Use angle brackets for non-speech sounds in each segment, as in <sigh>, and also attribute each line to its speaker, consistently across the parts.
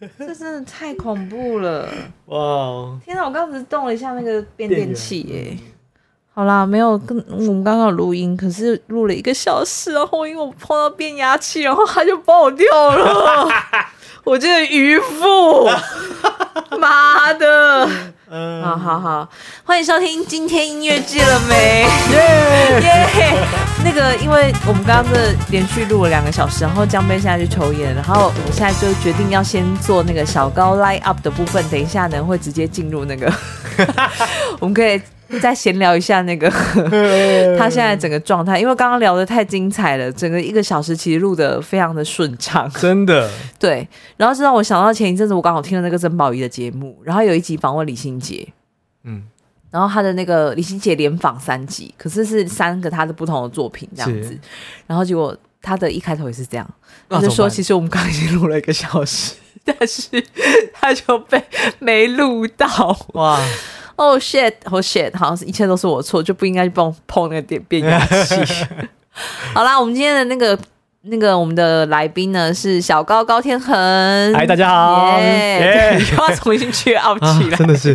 Speaker 1: <laughs> 这真的太恐怖了！
Speaker 2: 哇哦，
Speaker 1: 天哪，我刚刚只是动了一下那个变
Speaker 2: 电源嗯
Speaker 1: 电器耶、好啦，没有跟我们刚刚有录音，可是录了一个小时，然后因为我碰到变压器，然后它就爆掉了，我这个渔夫，妈的！
Speaker 2: 嗯，
Speaker 1: 好好好，欢迎收听今天音乐季了没？
Speaker 2: 耶，
Speaker 1: 耶、那个，因为我们刚刚这连续录了两个小时，然后江贝现在去抽烟，然后我现在就决定要先做那个小高 line up 的部分，等一下呢会直接进入那个，我们可以再闲聊一下那个 <laughs> 他现在整个状态，因为刚刚聊的太精彩了，整个一个小时其实录的非常的顺畅，
Speaker 2: 真的，
Speaker 1: 对。然后这让我想到前一阵子我刚好听了那个曾宝仪的节目，然后有一集访问李心洁，
Speaker 2: 嗯，
Speaker 1: 然后他的那个李心洁连访三集，可是是三个他的不同的作品这样子
Speaker 2: 是，
Speaker 1: 然后结果他的一开头也是这样，
Speaker 2: 那
Speaker 1: 他就
Speaker 2: 怎么
Speaker 1: 说
Speaker 2: 办
Speaker 1: 其实我们刚刚已经录了一个小时， <laughs> 但是他就被没录
Speaker 2: <laughs>
Speaker 1: 到。
Speaker 2: 哇，
Speaker 1: 哦、shit，oh shit，好像是一切都是我错，就不应该去碰碰那个电变压
Speaker 2: <laughs>
Speaker 1: 器。好啦，我们今天的那个那个我们的来宾呢是小高高天恒，
Speaker 2: 嗨，大家好，
Speaker 1: 耶，
Speaker 2: 耶，
Speaker 1: <laughs> 又要重新去 up
Speaker 2: 啊
Speaker 1: 起来，
Speaker 2: 真的是，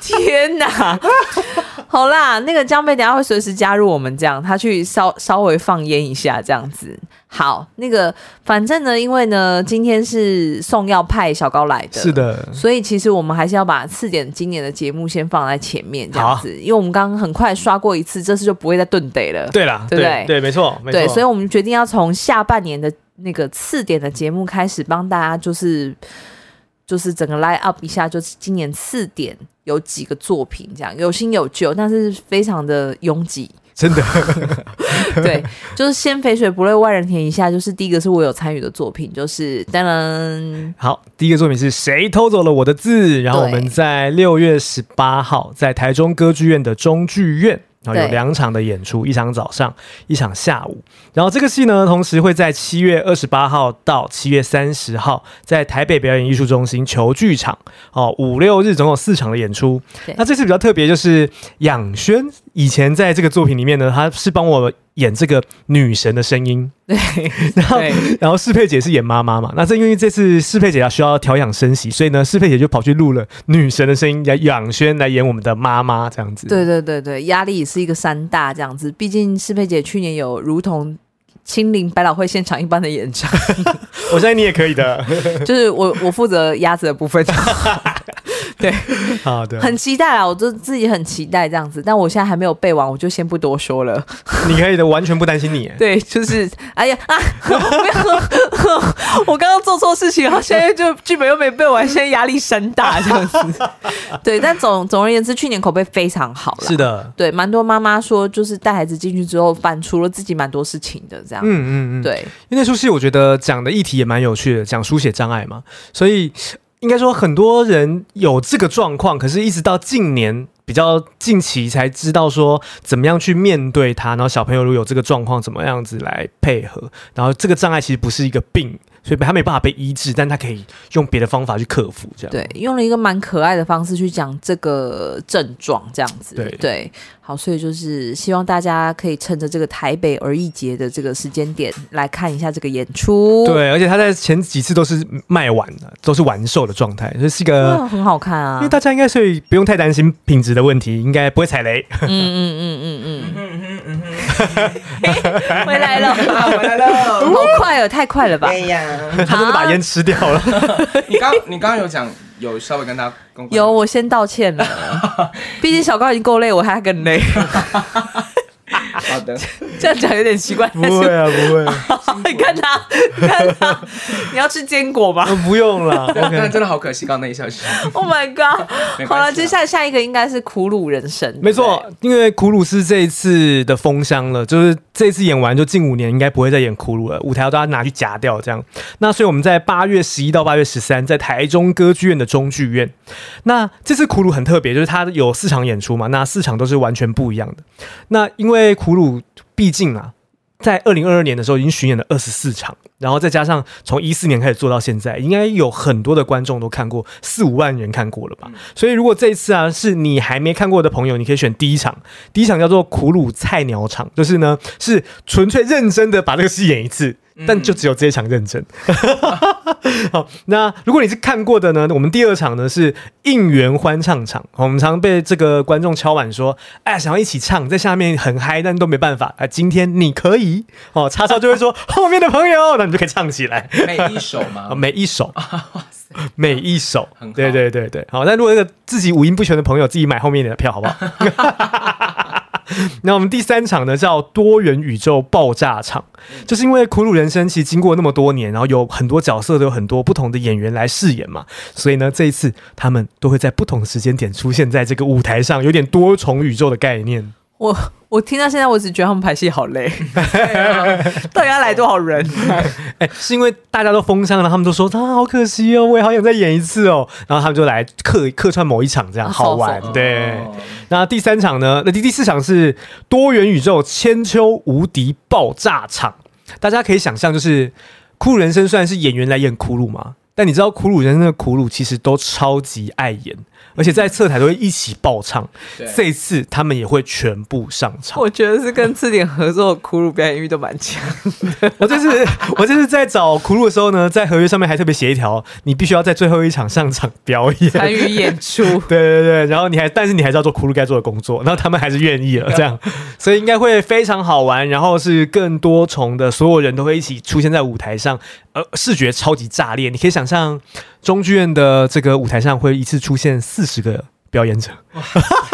Speaker 1: 天哪！ <laughs> 好啦，那个江贝等一下会随时加入我们，这样他去稍稍微放烟一下，这样子。好，那个反正呢，因为呢今天是送药派小高来的，
Speaker 2: 是。的，
Speaker 1: 所以其实我们还是要把次点今年的节目先放在前面，这样
Speaker 2: 好
Speaker 1: 子，因为我们刚刚很快刷过一次，这次就不会再顿得了。
Speaker 2: 对啦，
Speaker 1: 对不对
Speaker 2: 对，没错，没
Speaker 1: 对，
Speaker 2: 错，
Speaker 1: 所以我们决定要从下半年的那个次点的节目开始，帮大家就是就是整个 line up 一下，就是今年次点有几个作品这样，有新有旧，但是非常的拥挤。
Speaker 2: 真的，
Speaker 1: <laughs> 对，就是先肥水不流外人田一下，就是第一个是我有参与的作品，就是当然
Speaker 2: 好，第一个作品是谁偷走了我的字？然后
Speaker 1: 对
Speaker 2: 我们在六月十八号在台中歌剧院的中剧院。然后有
Speaker 1: 对
Speaker 2: 两场的演出，一场早上，一场下午。然后这个戏呢，同时会在七月二十八号到七月三十号，在台北表演艺术中心球剧场哦，五六日总有四场的演出
Speaker 1: 对。
Speaker 2: 那这次比较特别，就是养轩以前在这个作品里面呢，他是帮我演这个女神的声音，
Speaker 1: <laughs> 对
Speaker 2: <laughs> 然后
Speaker 1: 对
Speaker 2: 然后适配姐是演妈妈嘛，那正因为这次适配姐要需要调养生息，所以呢，适配姐就跑去录了女神的声音，来养轩来演我们的妈妈这样子。
Speaker 1: 对对对对，压力也是一个山大这样子，毕竟适配姐去年有如同。亲临百老汇现场一般的演唱，
Speaker 2: 我相信你也可以的。 <laughs>
Speaker 1: <laughs> 就是我我负责鸭子的部分，
Speaker 2: 好的，
Speaker 1: 很期待啊！我就自己很期待这样子，但我现在还没有背完，我就先不多说
Speaker 2: <laughs>
Speaker 1: 了。
Speaker 2: 你可以的，完全不担心你。
Speaker 1: 对，就是哎呀啊， <laughs> 我刚刚做错事情，然后现在就剧本又没背完，现在压力山大这样
Speaker 2: <laughs>
Speaker 1: 子。对，但总总而言之，去年口碑非常好啦。
Speaker 2: 是的，
Speaker 1: 对，蛮多妈妈说，就是带孩子进去之后，反除了自己蛮多事情的这样。
Speaker 2: 嗯嗯嗯，。
Speaker 1: 对，
Speaker 2: 因为那出戏我觉得讲的议题也蛮有趣的，讲书写障碍嘛，所以应该说很多人有这个状况，可是一直到近年。比较近期才知道说怎么样去面对它，然后小朋友如果有这个状况，怎么样子来配合，然后这个障碍其实不是一个病，所以他没办法被医治，但他可以用别的方法去克服，这样
Speaker 1: 对，用了一个蛮可爱的方式去讲这个症状，这样子。
Speaker 2: 对
Speaker 1: 好，所以就是希望大家可以趁着这个台北儿艺节的这个时间点来看一下这个演出。，
Speaker 2: 对，而且他在前几次都是卖完的，都是完售的状态，所以是一个，
Speaker 1: 嗯，很好看
Speaker 2: <laughs> 因
Speaker 1: 啊
Speaker 2: 为。大家应该所以不用太担心品质的问题，应该不会踩雷。
Speaker 1: 嗯嗯嗯嗯嗯，回 <laughs> 来了，
Speaker 3: 啊，回来了。
Speaker 1: 好快哦，太快了吧
Speaker 3: <laughs> 哎？呀，
Speaker 2: <laughs> 他真的把烟吃掉了。
Speaker 3: 你刚你刚刚有讲有稍微跟他公关
Speaker 1: 有，我先道歉
Speaker 2: <laughs>
Speaker 1: 了，毕竟小高已经够累，我还更累， <laughs>
Speaker 3: 好的，
Speaker 1: 这样讲有点奇怪。
Speaker 2: 不会啊，不会，
Speaker 1: <laughs> 你看他，看他，你要吃坚果吗
Speaker 2: 呃 <laughs> 不用啦。
Speaker 3: 但
Speaker 2: OK，
Speaker 3: 真的好可惜，刚刚那一小时。
Speaker 1: ？Oh my god！
Speaker 3: <laughs> 没关系啊
Speaker 1: 好了，接下来下一个应该是苦鲁人生，
Speaker 2: 没错，因为苦鲁斯这一次的封箱了，就是这次演完就近五年应该不会再演苦鲁了，舞台都要拿去夹掉这样。那所以我们在八月十一到八月十三，在台中歌剧院的中剧院。那这次苦鲁很特别，就是它有四场演出嘛，那四场都是完全不一样的。那因为苦鲁毕竟啊。在二零二二年的时候，已经巡演了二十四场，然后再加上从一四年开始做到现在，应该有很多的观众都看过，四五万人看过了吧。所以如果这一次啊是你还没看过的朋友，你可以选第一场，第一场叫做苦鲁菜鸟场，就是呢是纯粹认真的把这个戏演一次，但就只有这一场认真。 <laughs> 好，那如果你是看过的呢，我们第二场呢是应援欢唱场，好我们常被这个观众敲碗说，哎，想要一起唱，在下面很嗨，但都没办法啊。今天你可以哦，叉烧就会说 <laughs> 后面的朋友，那你就可以唱起来。
Speaker 3: 每一首吗
Speaker 2: 啊，？每一
Speaker 3: <laughs>
Speaker 2: 首，每一首
Speaker 3: 很，好
Speaker 2: 对对对对，好。那如果那个自己五音不全的朋友，自己买后面一点的票，好不好？ <laughs> 那我们第三场呢叫多元宇宙爆炸场，
Speaker 3: 嗯
Speaker 2: 就是因为《苦鲁人生》其实经过那么多年，然后有很多角色都有很多不同的演员来饰演嘛，所以呢这一次他们都会在不同时间点出现在这个舞台上，有点多重宇宙的概念。
Speaker 1: 我我听到现在，我只觉得他们排戏好累，到底要来多少人？ <laughs>
Speaker 2: 哎，是因为大家都封箱了，他们都说啊好可惜哦，我也好想再演一次哦，然后他们就来客客串某一场这样
Speaker 1: 啊
Speaker 2: 好玩
Speaker 1: 好
Speaker 3: 哦，
Speaker 2: <laughs> 对。那第三场呢？那第第四场是多元宇宙千秋无敌爆炸场，大家可以想象，就是酷人生虽然是演员来演苦鲁嘛，但你知道苦鲁人生的苦鲁其实都超级爱演，而且在侧台都会一起爆唱。
Speaker 3: 对，
Speaker 2: 这一次他们也会全部上场。
Speaker 1: 我觉得是跟字典合作，苦鲁表演欲都蛮强。
Speaker 2: <laughs> 我这次我这次在找苦鲁的时候呢，在合约上面还特别写一条，你必须要在最后一场上场表演。。
Speaker 1: 参与演出
Speaker 2: <laughs> 对对对，然后你还，但是你还是要做苦鲁该做的工作，然后他们还是愿意了，这样，所以应该会非常好玩，然后是更多重的，所有人都会一起出现在舞台上，呃，视觉超级炸裂，你可以想象中剧院的这个舞台上会一次出现四十个表演者，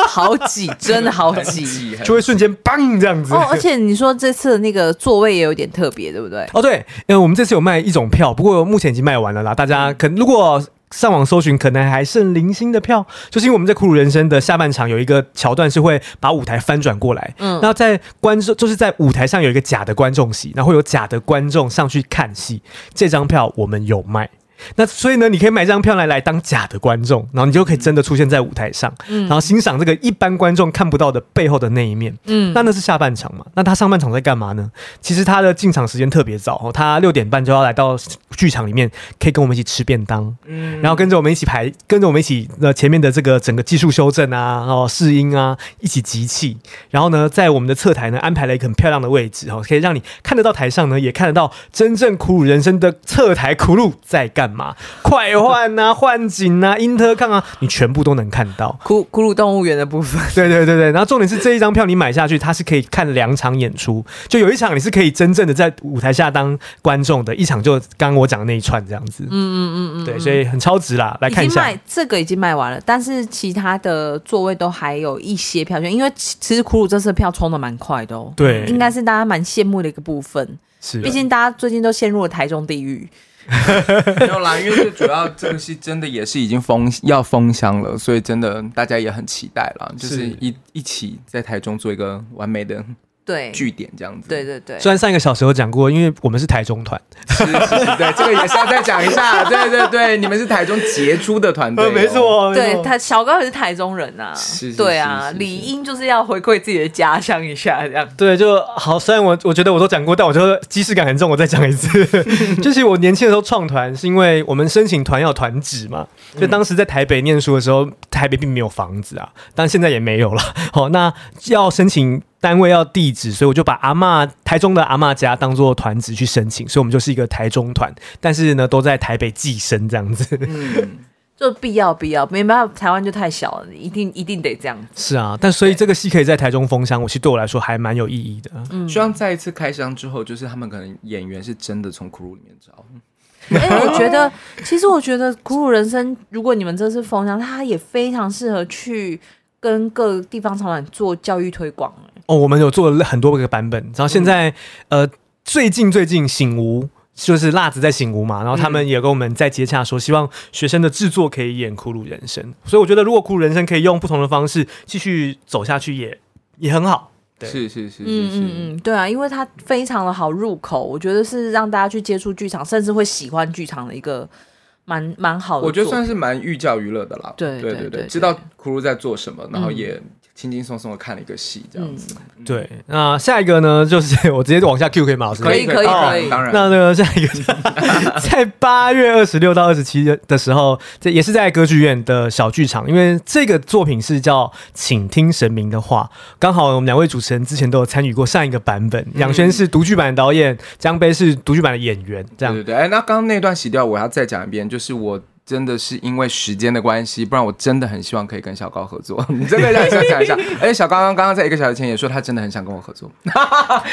Speaker 1: 好挤，真的好
Speaker 3: 很
Speaker 1: 挤。
Speaker 3: <laughs> 很
Speaker 2: 就会瞬间砰这样子。
Speaker 1: 哦，而且你说这次的那个座位也有点特别，对不对？
Speaker 2: 哦，对，嗯，我们这次有卖一种票，不过目前已经卖完了啦。大家可如果上网搜寻，可能还剩零星的票，就是因为我们在《苦鲁人生》的下半场有一个桥段是会把舞台翻转过来，嗯
Speaker 1: 嗯，
Speaker 2: 那在观众就是在舞台上有一个假的观众席，然后会有假的观众上去看戏，这张票我们有卖。那所以呢，你可以买这张票来来当假的观众，然后你就可以真的出现在舞台上，然后欣赏这个一般观众看不到的背后的那一面。
Speaker 1: 嗯，
Speaker 2: 那那是下半场嘛？那他上半场在干嘛呢？其实他的进场时间特别早哦，他六点半就要来到剧场里面，可以跟我们一起吃便当，
Speaker 3: 嗯
Speaker 2: 然后跟着我们一起排，跟着我们一起呃前面的这个整个技术修正啊，哦试音啊，一起集气。然后呢，在我们的侧台呢安排了一个很漂亮的位置哦，可以让你看得到台上呢，也看得到真正苦鲁人生的侧台苦鲁在干嘛，快换啊、换景啊、英特抗啊，你全部都能看到。
Speaker 1: 苦苦鲁动物园的部分，
Speaker 2: 对对对对，然后重点是这一张票你买下去，它是可以看两场演出，就有一场你是可以真正的在舞台下当观众的，一场就刚刚我讲的那一串这样子。嗯嗯嗯嗯，对，所以很超值啦，来看一
Speaker 1: 已经
Speaker 2: 下。
Speaker 1: 卖这个已经卖完了，但是其他的座位都还有一些票券，因为其其实苦鲁这次票冲的蛮快的哦。
Speaker 2: 对，
Speaker 1: 应该是大家蛮羡慕的一个部分，
Speaker 2: 是
Speaker 1: 毕竟大家最近都陷入了台中地狱。
Speaker 3: 没有啦，因为最主要这个戏真的也是已经封要封箱了，所以真的大家也很期待啦，就是
Speaker 2: 是
Speaker 3: 一一起在台中做一个完美的
Speaker 1: 对，
Speaker 3: 据点这样子。
Speaker 1: 对对对，
Speaker 2: 虽然上一个小时有讲过，因为我们是台中团，
Speaker 3: 是是是，对，这个也是要再讲一下。对对对，你们是台中杰出的团
Speaker 2: <laughs>
Speaker 3: 队、哦，。
Speaker 2: 呃错
Speaker 1: 对他小高也是台中人呐
Speaker 3: 是是，
Speaker 1: 对啊
Speaker 3: 是，是
Speaker 1: 理应就是要回馈自己的家乡一下这样。
Speaker 2: 对，就好。虽然我我觉得我都讲过，但我觉得即视感很重。我再讲一次，就是我年轻的时候创团，是因为我们申请团要团址嘛。就当时在台北念书的时候，台北并没有房子啊，但现在也没有了。 <laughs> 好、那要申请单位要地址，所以我就把阿嬷台中的阿嬷家当做团址去申请，所以我们就是一个台中团，但是呢都在台北寄生这样子。
Speaker 3: 嗯，
Speaker 1: 就必要必要，没办法，台湾就太小了，一定一定得这样。
Speaker 2: <laughs> 是啊，但所以这个戏可以在台中封箱，我其实对我来说还蛮有意义的。
Speaker 1: 嗯
Speaker 3: 希望再一次开箱之后，就是他们可能演员是真的从 crew 里面找，
Speaker 1: 哎、我觉
Speaker 3: <laughs>
Speaker 1: 得，其实我觉得《苦鲁人生》，如果你们这次封箱，它也非常适合去跟各地方场馆做教育推广。
Speaker 2: 哦，我们有做了很多个版本，然后
Speaker 1: 嗯
Speaker 2: 现在、呃，最近最近醒吾。就是辣子在醒吾嘛，然后他
Speaker 1: 嗯
Speaker 2: 们也跟我们在接洽说，希望学生的制作可以演《苦鲁人生》，所以我觉得如果《苦鲁人生》可以用不同的方式继续走下去也，也很好。对
Speaker 3: 是是是是
Speaker 1: 嗯
Speaker 3: 是，
Speaker 1: 嗯嗯，对啊，因为它非常的好入口，我觉得是让大家去接触剧场，甚至会喜欢剧场的一个蛮蛮好的作品，
Speaker 3: 我觉得算是蛮寓教于乐的啦。
Speaker 1: 对对
Speaker 3: 对
Speaker 1: 对
Speaker 3: 对，
Speaker 1: 对嗯
Speaker 3: 知道苦鲁在做什么，然后也轻轻松松的看了一个戏，这样子。
Speaker 2: 对，那下一个呢，就是 <laughs> 我直接往下 Q 可以吗？老师
Speaker 1: 可以可以
Speaker 3: 当
Speaker 1: 可以
Speaker 3: 然哦当然。
Speaker 2: 那那个下一个， <laughs> 在八月二十六到二十七的时候，这也是在歌剧院的小剧场，因为这个作品是叫《请听神明的话》，刚好我们两位主持人之前都有参与过上一个版本，杨轩是独剧版的导演，江杯是独剧版的演员，这样
Speaker 3: 对对对，哎，那刚刚那段洗掉，我要再讲一遍，就是我。真的是因为时间的关系，不然我真的很希望可以跟小高合作。 <laughs> 你真的要想讲一
Speaker 1: <laughs>
Speaker 3: 下，而且小高刚刚刚在一个小时前也说他真的很想跟我合
Speaker 2: 哦
Speaker 3: 作。
Speaker 2: <laughs>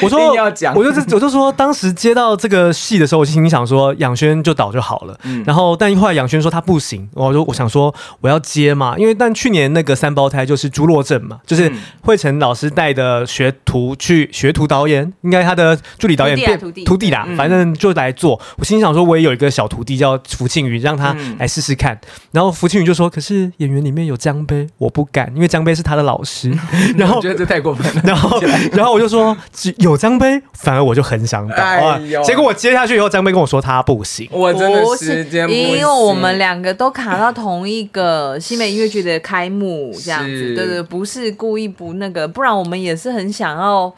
Speaker 2: 我说
Speaker 3: 一定要讲
Speaker 2: 我就是我就说，当时接到这个戏的时候，我心里想说，杨轩就导就好了。
Speaker 3: 嗯
Speaker 2: 然后，但后来杨轩说他不行，我就我想说我要接嘛，因为但去年那个三胞胎就是侏罗症嘛，就是
Speaker 3: 嗯
Speaker 2: 惠成老师带的学徒去学徒导演，应该他的助理导演
Speaker 1: 徒弟啊
Speaker 2: 变
Speaker 1: 徒弟
Speaker 2: 徒弟啦，
Speaker 3: 嗯
Speaker 2: 反正就来做。我心里想说，我也有一个小徒弟叫福庆宇，让他
Speaker 3: 嗯
Speaker 2: 来试试看。然后福庆宇就说，可是演员里面有江杯，我不敢，因为江杯是他的老师。 <laughs> 然后
Speaker 3: 我觉得这太过分
Speaker 1: <laughs>
Speaker 3: 了。
Speaker 2: 然后，然后我就说只有张杯，反而我就很想打。啊
Speaker 3: 哎呦
Speaker 2: 结果我接下去以后，张杯跟我说他不
Speaker 3: <laughs>
Speaker 2: 行。
Speaker 3: 我真的
Speaker 1: 不
Speaker 3: 时
Speaker 1: 是，
Speaker 3: 间不行，
Speaker 1: 因为我们两个都卡到同一个西美音乐剧的开幕这样子，
Speaker 3: 是
Speaker 1: 对对，不是故意不那个，不然我们也是很想要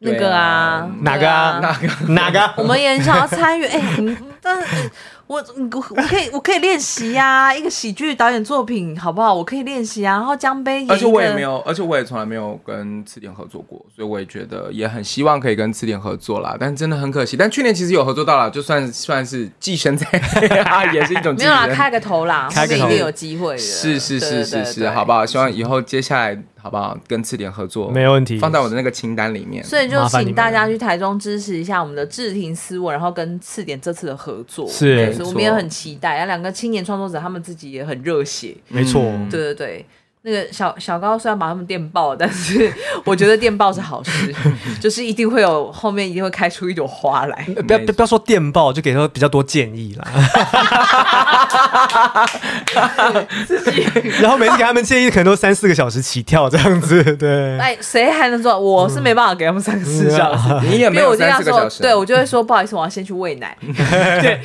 Speaker 1: 那个啊，
Speaker 2: 哪
Speaker 1: 对
Speaker 2: 个啊？
Speaker 1: 啊？
Speaker 2: 个？哪个啊？
Speaker 1: 我们也很想要参与，哎，你但是哎我我我可以我可以练习呀，一个喜剧导演作品好不好？我可以练习啊，然后江杯，
Speaker 3: 而且我也没。有，而且我也从来没有跟词典合作过，所以我也觉得也很希望可以跟词典合作啦，但真的很可惜。但去年其实有合作到啦，就算算是寄生
Speaker 1: <laughs>
Speaker 3: 在，啊也是一种寄
Speaker 1: 没有啦，
Speaker 3: 生。
Speaker 1: 开个头啦，
Speaker 2: 开个头
Speaker 1: 后面一定有机会的。
Speaker 3: 是是
Speaker 1: 对
Speaker 3: 是是是，好不
Speaker 1: 吧？
Speaker 3: 好？希望以后接下来好不好跟词典合作，
Speaker 2: 没问题
Speaker 3: 放在我的那个清单里面。
Speaker 1: 所以就
Speaker 2: 麻烦你
Speaker 1: 请
Speaker 2: 们
Speaker 1: 大家去台中支持一下我们的志廷思文，然后跟次点这次的合作，
Speaker 2: 是
Speaker 1: 对所
Speaker 3: 没
Speaker 1: 以我
Speaker 3: 错
Speaker 1: 们也很期待。啊，两个青年创作者他们自己也很热血，
Speaker 2: 没错。
Speaker 3: 嗯
Speaker 1: 对对对。那个小小高虽然把他们电爆，但是我觉得电爆是好 <laughs> 事，就是一定会有后面一定会开出一朵花来。
Speaker 2: 呃不要不要说电报，就给他比较多建议啦。然后每次给他们建议，可能都三四个小时起跳这样
Speaker 3: <laughs>
Speaker 2: 子。对，
Speaker 1: <laughs> 哎，谁还能做？我是没办法给他们三四小时， <laughs>
Speaker 3: 你也
Speaker 1: 因
Speaker 3: 没
Speaker 1: 为
Speaker 3: 有
Speaker 1: 我就
Speaker 3: 三
Speaker 1: 要
Speaker 3: 四个小
Speaker 1: 说，
Speaker 3: 时，
Speaker 1: 对我就会说不好意思，我要先去喂 <laughs> 奶。对，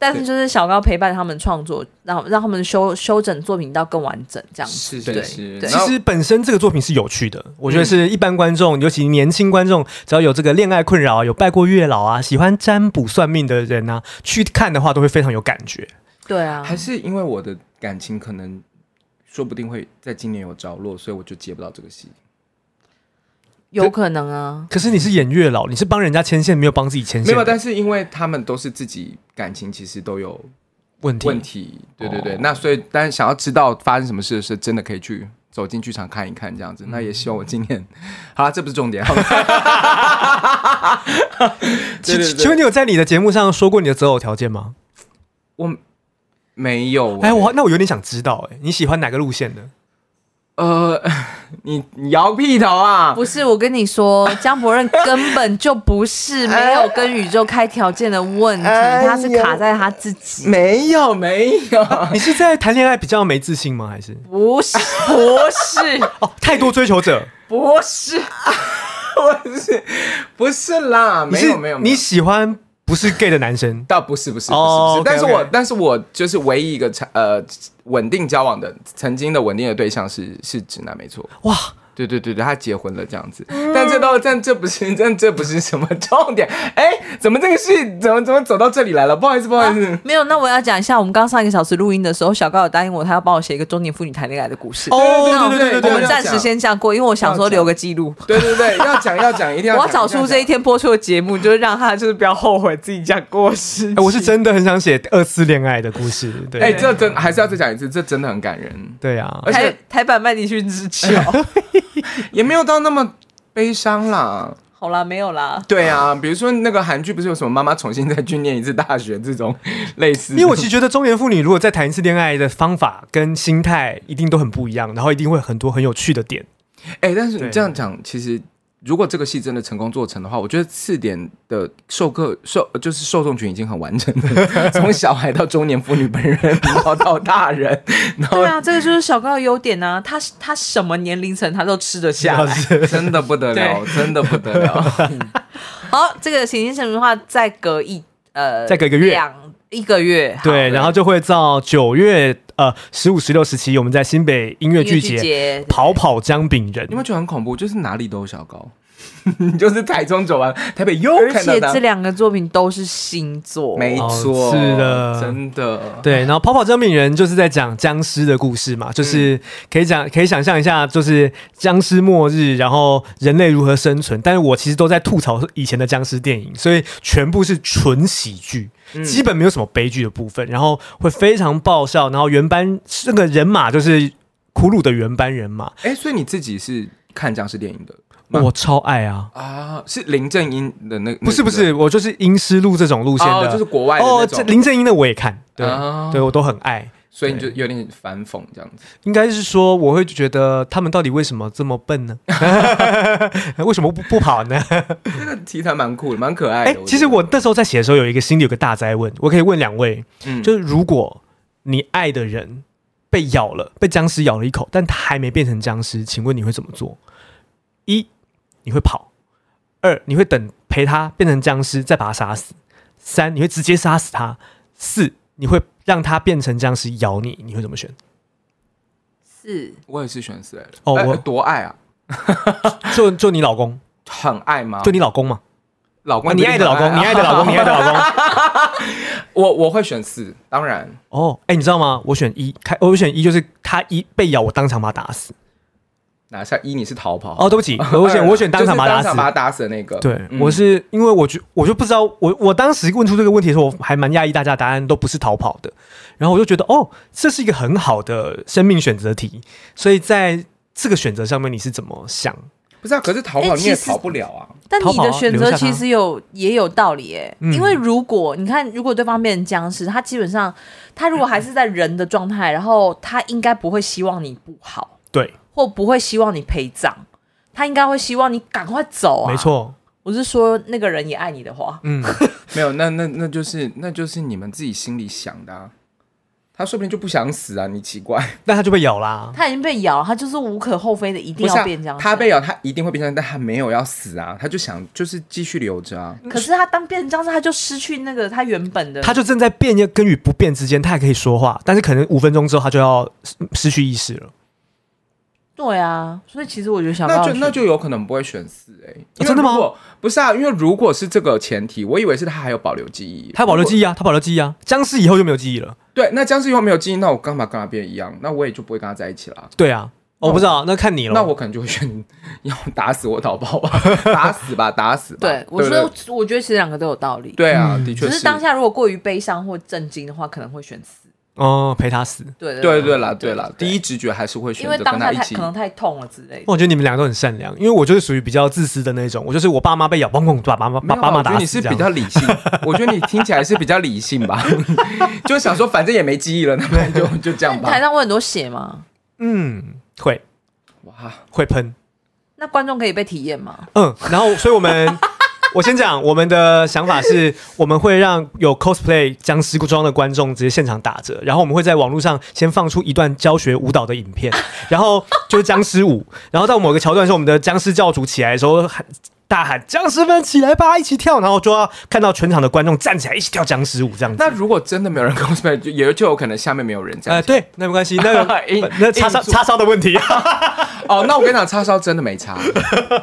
Speaker 1: 但是就是小高陪伴他们创作，让让他们修修整作品到更完整这样子。
Speaker 3: 是
Speaker 1: 对
Speaker 3: 是是。
Speaker 1: 对
Speaker 2: 其实本身这个作品是有趣
Speaker 3: 嗯
Speaker 2: 的，我觉得是一般观众，尤其年轻观众，只要有这个恋爱困扰啊、有拜过月老啊、喜欢占卜算命的人啊，去看的话都会非常有感觉。
Speaker 1: 对啊，
Speaker 3: 还是因为我的感情可能说不定会在今年有着落，所以我就接不到这个戏。
Speaker 1: 有可能啊。
Speaker 2: 可是你是演月老，你是帮人家牵线，没有帮自己牵
Speaker 3: 没
Speaker 2: 线
Speaker 3: 有，
Speaker 2: 的
Speaker 3: 但是因为他们都是自己感情其实都有
Speaker 2: 问题。
Speaker 3: 问题，哦对对对。那所以，但想要知道发生什么事的时候，真的可以去走进剧场看一看这样子。那也希望我今年， <laughs> 好啦，这不是重点。
Speaker 2: 请
Speaker 3: 对对对
Speaker 2: 请问你有在你的节目上说过你的择偶条件吗？
Speaker 3: 我 <laughs> 没有、啊
Speaker 2: 哎，我那我有点想知道，哎，你喜欢哪个路线
Speaker 3: <laughs>
Speaker 2: 的？
Speaker 3: 呃，你你摇屁头啊！
Speaker 1: 不是，我跟你说，江博任根本就不是没有跟宇宙开条件的问题，
Speaker 3: 哎
Speaker 1: 他是卡在他自己。
Speaker 3: 没有没有，
Speaker 2: 你是在谈恋爱比较没自信吗？还是
Speaker 1: 不是，不是，
Speaker 3: <laughs>
Speaker 2: 哦，太多追求者？
Speaker 1: 不是，
Speaker 3: 我是 <laughs> 不是啦？
Speaker 2: 你
Speaker 3: 没
Speaker 2: 是
Speaker 3: 有没有，没有
Speaker 2: 你喜欢不是 gay 的男生？
Speaker 3: 倒不是不是不是不
Speaker 2: 哦
Speaker 3: 是，但是
Speaker 2: OK，OK
Speaker 3: 我但是我就是唯一一个长呃稳定交往的曾经的稳定的对象是是直男，没错。
Speaker 2: 哇，
Speaker 3: 对对对对，他结婚了这样子，但这倒但这不是但这不是什么重点。 <laughs> 哎，怎么这个事怎么怎么走到这里来了？不好意思不好意
Speaker 2: 啊
Speaker 3: 思，
Speaker 1: 没有。那我要讲一下，我们刚上一个小时录音的时候，小高有答应我，他要帮我写一个中年妇女谈恋爱的故事。
Speaker 2: 哦，
Speaker 1: 那
Speaker 2: 对对对对
Speaker 1: 我
Speaker 2: 对
Speaker 1: 们
Speaker 2: 对，
Speaker 1: 暂时先这样过，因为我想说留个记录。
Speaker 3: 对对对，要讲要讲，一定要
Speaker 1: 我
Speaker 2: <laughs>
Speaker 1: 要
Speaker 3: 讲
Speaker 1: 找出这一。天播出的节目，就是让他就是不要后悔自己讲过的事情。
Speaker 2: 哎我是真的很想
Speaker 3: <laughs>
Speaker 2: 写二次恋爱的故事。
Speaker 3: 一定要讲哎，
Speaker 2: 对
Speaker 3: 这真还是要再讲一次，这真的很感人，
Speaker 2: 对啊，
Speaker 3: 而
Speaker 1: 台
Speaker 3: 且
Speaker 1: 台版麦迪逊之桥。
Speaker 2: <laughs>
Speaker 3: 也没有到那么悲伤啦。
Speaker 1: 好啦，没有啦。
Speaker 3: 对啊，比如说那个韩剧不是有什么妈妈重新再去念一次大学这种 <laughs> 类似的，
Speaker 2: 因为我其实觉得中年妇女如果再谈一次恋爱的方法跟心态一定都很不一样，然后一定会很多很有趣的点。
Speaker 3: 哎、但是
Speaker 2: 对
Speaker 3: 你这样讲，其实如果这个戏真的成功做成的话，我觉得次点的授课受就是受众群已经很完整了， <laughs> 从小孩到中年妇女本人，然后到大人，然后
Speaker 1: 对
Speaker 2: 哦
Speaker 1: 啊，这个就是小高的优点啊，他他什么年龄层他都吃得下
Speaker 2: 啊
Speaker 1: 来。
Speaker 3: 真的不得了，真的不得了。 <laughs>
Speaker 1: 好，这个《行星神明》的话，再隔一呃，
Speaker 2: 再隔一个月
Speaker 1: 两一个月，好
Speaker 2: 对，然后就会到九月呃十五、十六、十七，我们在新北音乐
Speaker 1: 音乐
Speaker 2: 剧
Speaker 1: 剧
Speaker 2: 节
Speaker 1: 节
Speaker 2: 跑跑姜饼人
Speaker 3: 你。们觉得很恐怖，就是哪里都有小高， <laughs> 你就是台中走完，台北又
Speaker 1: 而
Speaker 3: 看到
Speaker 1: 且
Speaker 3: 他
Speaker 1: 这，两个作品都是星座，
Speaker 3: 没错，
Speaker 2: 哦是的
Speaker 3: 真的，
Speaker 2: 对，然后跑跑姜饼人就是在讲僵尸的故事嘛，
Speaker 3: 嗯
Speaker 2: 就是可以讲可以想象一下，就是僵尸末日，然后人类如何生存。但是我其实都在吐槽以前的僵尸电影，所以全部是纯喜剧，
Speaker 3: 嗯
Speaker 2: 基本没有什么悲剧的部分，然后会非常爆笑，然后原班那个人马就是苦鲁的原班人马，
Speaker 3: 哎，所以你自己是看僵尸电影的吗
Speaker 2: 我超爱啊！
Speaker 3: 啊？是林正英的那？
Speaker 2: 不是不是，我就是阴湿路这种路线
Speaker 3: 哦
Speaker 2: 的，
Speaker 3: 就是国外的
Speaker 2: 哦，
Speaker 3: 那
Speaker 2: 这
Speaker 3: 种，
Speaker 2: 林正英的我也看，对
Speaker 3: 啊
Speaker 2: 对，我都很爱。
Speaker 3: 所以你就有点反讽这样子。
Speaker 2: 应该是说，我会觉得他们到底为什么这么笨呢？ <laughs> 为什么不不跑呢？
Speaker 3: 这个题材蛮酷的，蛮可爱的。
Speaker 2: 哎、
Speaker 3: 觉得
Speaker 2: 其实我那时候在写的时候，有一个心里有个大灾问，我可以问两位，
Speaker 3: 嗯
Speaker 2: 就是如果你爱的人被咬了，被僵尸咬了一口，但他还没变成僵尸，请问你会怎么做？一，你会跑；二，你会等陪他变成僵尸再把他杀死；三，你会直接杀死他；四，你会让他变成僵尸咬你，你会怎么选？
Speaker 1: 是
Speaker 3: 我也是选死来了。
Speaker 2: 哦
Speaker 3: 哎
Speaker 2: 我
Speaker 3: 多爱啊，
Speaker 2: 就就你老公，
Speaker 3: 很爱吗？
Speaker 2: 就，你老公嘛。
Speaker 3: 老
Speaker 2: 啊
Speaker 3: 公，
Speaker 2: 你爱的老公，你爱的老公，你爱的老 <laughs> 公。
Speaker 3: 我我会选四，当然
Speaker 2: 哦，哎，你知道吗？我选一，开我选一就是他一被咬，我当场把他打死。
Speaker 3: 拿下一，你是逃跑。啊
Speaker 2: 哦，对不
Speaker 3: <laughs>
Speaker 2: 起，我选我选当场把他
Speaker 3: 就是
Speaker 2: 打
Speaker 3: 把他
Speaker 2: 死。
Speaker 3: 打死的那个。
Speaker 2: 对，
Speaker 3: 嗯
Speaker 2: 我是因为我觉我就不知道，我我当时问出这个问题的时候，我还蛮讶异，大家答案都不是逃跑的。然后我就觉得，哦，这是一个很好的生命选择题。所以在这个选择上面，你是怎么想？
Speaker 3: 不是啊？可是逃
Speaker 1: 哎
Speaker 3: 跑你也
Speaker 1: 其实
Speaker 3: 逃不了啊。
Speaker 1: 但
Speaker 2: 逃
Speaker 1: 你
Speaker 2: 跑
Speaker 1: 的
Speaker 2: 啊
Speaker 1: 选
Speaker 2: 留
Speaker 1: 择
Speaker 2: 下
Speaker 1: 其
Speaker 2: 他
Speaker 1: 实有也有道理耶，
Speaker 2: 嗯
Speaker 1: 因为如果你看，如果对方变成僵尸，他基本上他如果还是在人的状态，然后他应该不会希望你不好，
Speaker 2: 对，
Speaker 1: 或不会希望你陪葬，他应该会希望你赶快走啊。
Speaker 2: 没，错，
Speaker 1: 我是说那个人也爱你的话，
Speaker 2: 嗯，
Speaker 3: 没有，那那那就是那就是你们自己心里想的啊。他说不定就不想死啊，你奇怪。
Speaker 2: 但他就被咬啦。
Speaker 1: 他已经被咬，他就是无可厚非的，一定
Speaker 3: 不是、
Speaker 1: 要
Speaker 3: 啊
Speaker 1: 变僵，尸。
Speaker 3: 他被咬，他一定会变成，但他没有要死啊，他就想就是继续留着啊。
Speaker 1: 可是他当变成僵尸，他就失去那个他原本
Speaker 3: 嗯
Speaker 1: 的，
Speaker 2: 他就正在变跟与不变之间，他还可以说话，但是可能五分钟之后，他就要失失去意识了。
Speaker 1: 对啊，所以其实我觉得小
Speaker 3: 那
Speaker 1: 高
Speaker 3: 就
Speaker 1: 的
Speaker 3: 那
Speaker 1: 选
Speaker 3: 就有可能不会选四哎、欸因为
Speaker 2: 真的吗
Speaker 3: 如果？不是啊，因为如果是这个前提，我以为是他还有保留记忆，
Speaker 2: 他保留记
Speaker 3: 忆。
Speaker 2: 忆啊，他保留记忆啊。僵尸以后就没有记忆了。
Speaker 3: 对，那僵尸以后没有记忆，那我干嘛跟他变一样？那我也就不会跟他在一起啦。
Speaker 2: 对啊，我、
Speaker 3: 那我
Speaker 2: 不知道，那看你了。
Speaker 3: 那我可能就会选 <laughs> 要打死我逃跑吧，打死吧，打死吧。
Speaker 1: 对我
Speaker 3: 不
Speaker 1: 说，我觉得其实两个都有道理。
Speaker 3: 对啊，
Speaker 2: 嗯
Speaker 3: 的确
Speaker 1: 只
Speaker 3: 是
Speaker 1: 是当下如果过于悲伤或震惊的话，可能会选死。
Speaker 2: 哦、陪他死。
Speaker 1: 对对
Speaker 3: 对对啦，对啦，第一
Speaker 1: 一，
Speaker 3: 直觉还是会选
Speaker 1: 因为
Speaker 3: 择
Speaker 1: 当
Speaker 3: 跟
Speaker 1: 下
Speaker 3: 他一
Speaker 1: 太
Speaker 3: 起
Speaker 1: 可。能太痛了之类的。
Speaker 2: 我觉得你们两个都很善良，因为我就是属于比较自私的那种，我就是我爸妈被咬，帮我把爸妈
Speaker 3: 没
Speaker 2: 把
Speaker 3: 有啊
Speaker 2: 爸妈
Speaker 3: 我觉
Speaker 2: 打
Speaker 3: 得
Speaker 2: 死。
Speaker 3: 你是
Speaker 2: 这
Speaker 3: 比
Speaker 2: 样
Speaker 3: 较理性，我觉得你听起来是比较理性吧， <laughs> 就想说反正也没记忆了，那不然就就这样
Speaker 1: 台
Speaker 3: 吧。
Speaker 1: 上会很多血吗？
Speaker 2: 嗯，会
Speaker 3: 哇，
Speaker 2: 会喷，
Speaker 1: 那观众可以被体验吗？
Speaker 2: 嗯，然后所以我们。
Speaker 3: <laughs>
Speaker 2: 我先讲，我们的想法是，我们会让有 cosplay 僵尸装的观众直接现场打折，然后我们会在网络上先放出一段教学舞蹈的影
Speaker 3: <laughs>
Speaker 2: 片，然后就是僵尸舞，然后到某个桥段的时候，我们的僵尸教主起来的时候喊大喊“僵尸们起来吧，一起跳”，然后就要看到全场的观众站起来一起跳僵尸舞这样子。
Speaker 3: 那如果真的没有人 cosplay，就也就有可能下面没有人这样
Speaker 2: 呃，。对，那没关系，那个
Speaker 3: 硬
Speaker 2: 那叉烧
Speaker 3: 硬住
Speaker 2: 叉烧的问题，呃
Speaker 3: 哦，那我跟你讲，叉烧真的没差，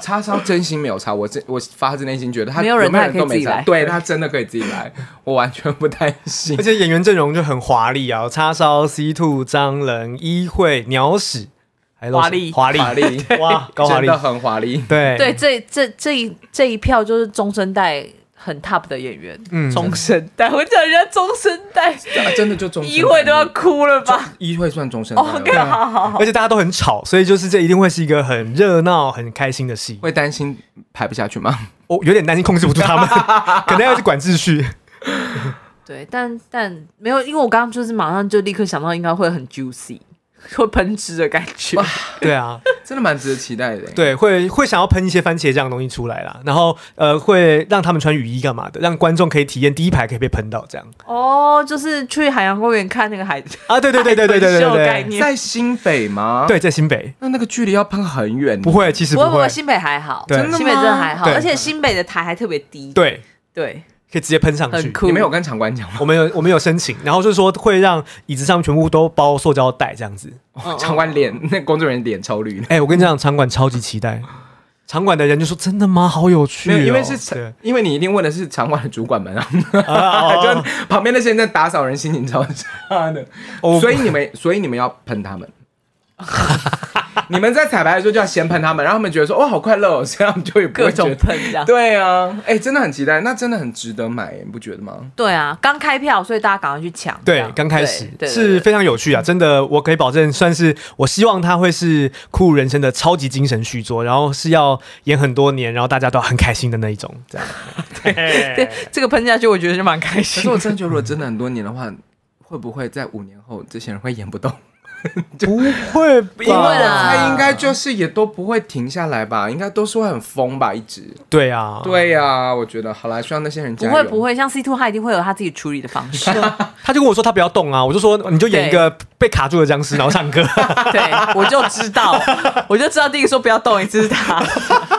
Speaker 3: 叉烧真心没有差。我真我发自内心觉得他
Speaker 1: 没有人
Speaker 3: 有没有
Speaker 1: 他也可以
Speaker 3: 都没
Speaker 1: 自己
Speaker 3: 差
Speaker 1: 来
Speaker 3: 对他真的可以自己来，我完全不担心
Speaker 2: 而。且演员阵容就很华丽啊，有叉烧、C two、张仁、一慧、鸟屎，还漏
Speaker 1: 华
Speaker 2: 谁
Speaker 1: 丽
Speaker 2: 华丽
Speaker 3: 华丽，
Speaker 2: 哇，高华
Speaker 3: 真
Speaker 2: 丽
Speaker 3: 的，很华丽。
Speaker 2: 对
Speaker 1: 对，，这这这一这一票就是中生代很 top 的演员，
Speaker 2: 嗯
Speaker 1: 中生代，我讲人家中生代，
Speaker 3: 啊真的就终身
Speaker 1: 一会都要哭了吧？
Speaker 3: 一会算终身代
Speaker 1: 哦
Speaker 3: 了，
Speaker 1: ，OK，好
Speaker 2: 啊
Speaker 1: 好好，
Speaker 2: 而且大家都很吵，所以就是这一定会是一个很热闹、很开心的戏。
Speaker 3: 会担心排不下去吗？
Speaker 2: 我有点担心控制不住他们，可能要去管秩序。
Speaker 1: 对，但但没有，因为我刚刚就是马上就立刻想到，应该会很 juicy，会 <laughs> 喷汁的感觉。
Speaker 2: 对啊，
Speaker 3: 真的蛮值得期待的。
Speaker 2: 对，会会想要喷一些番茄酱的东西出来啦，然后呃，会让他们穿雨衣干嘛的，让观众可以体验第一排可以被喷到这样
Speaker 1: 哦，就是去海洋公园看那个海，
Speaker 2: 啊。对对对对对
Speaker 1: 海
Speaker 2: 对对
Speaker 1: 豚秀
Speaker 2: 对
Speaker 1: 概
Speaker 2: 对，
Speaker 1: 念
Speaker 3: 在新北吗？，
Speaker 2: 对在新北。
Speaker 3: 那那个距离要喷很远，
Speaker 2: 不会，其实
Speaker 1: 不
Speaker 2: 不
Speaker 1: 会不
Speaker 2: 会
Speaker 1: 会，。新北还好，
Speaker 2: 对
Speaker 1: 新北真的还好，
Speaker 2: 对
Speaker 1: 而且新北的台还特别低。
Speaker 2: 对，
Speaker 1: 对，
Speaker 2: 可以直接喷上去
Speaker 1: 很。酷。
Speaker 3: 你们有跟场馆讲吗？
Speaker 2: 我们有我们有申请，然后就是说会让椅子上全部都包塑胶袋这样子。
Speaker 1: 嗯
Speaker 3: 场馆脸那工作人员脸超绿的，
Speaker 2: 哎、我跟你讲，场馆超级期待，场馆的人就说真的吗？好有趣、
Speaker 3: 没
Speaker 2: 哦，
Speaker 3: 有，因为是
Speaker 2: 对
Speaker 3: 场，因为你一定问的是场馆的主管们啊， <laughs> 哦
Speaker 2: 啊
Speaker 3: 就旁边那些人在打扫人，心情超差 <laughs> 的。
Speaker 2: 哦
Speaker 3: 所以你们，所以你们要喷他 <laughs> 们。你们在彩排的时候就要先喷他们，让他们觉得说哦好快乐、哦，这样就也不
Speaker 1: 各
Speaker 3: 会觉
Speaker 1: 种
Speaker 3: 得。
Speaker 1: 喷这样。
Speaker 3: 对啊，哎、真的很期待，那真的很值得买，你不觉得吗？
Speaker 1: 对啊，刚开票，所以大家赶快去抢。这
Speaker 2: 对
Speaker 1: 样，
Speaker 2: 刚开始
Speaker 1: 对对
Speaker 2: 是
Speaker 1: 对
Speaker 2: 非常有趣啊，真的，我可以保证，算是我希望它会是酷人生的超级精神续作，然后是要演很多年，然后大家都很开心的那一种，这样。对
Speaker 1: 对这个喷下去，我觉得就蛮开
Speaker 3: 可是
Speaker 1: 心
Speaker 3: 我。真的觉得，如果真的很多年的话，会不会在五年后这些人会演不动？
Speaker 2: 不会吧，
Speaker 1: 因为啦
Speaker 3: 他应该就是也都不会停下来吧，应该都是会很疯吧，一直。
Speaker 2: 对啊，
Speaker 3: 对呀、我觉得好啦，希望那些人加
Speaker 1: 不
Speaker 3: 油。
Speaker 1: 会不会，像 C two 他一定会有他自己处理的方式。 <laughs>
Speaker 2: 他就跟我说他不要动啊，我就说你就演一个被卡住的僵尸，然后唱
Speaker 1: <laughs>
Speaker 2: 歌。
Speaker 1: 对，我就知
Speaker 2: <laughs>
Speaker 1: 道，我就知道第一个说不要动，一次是他。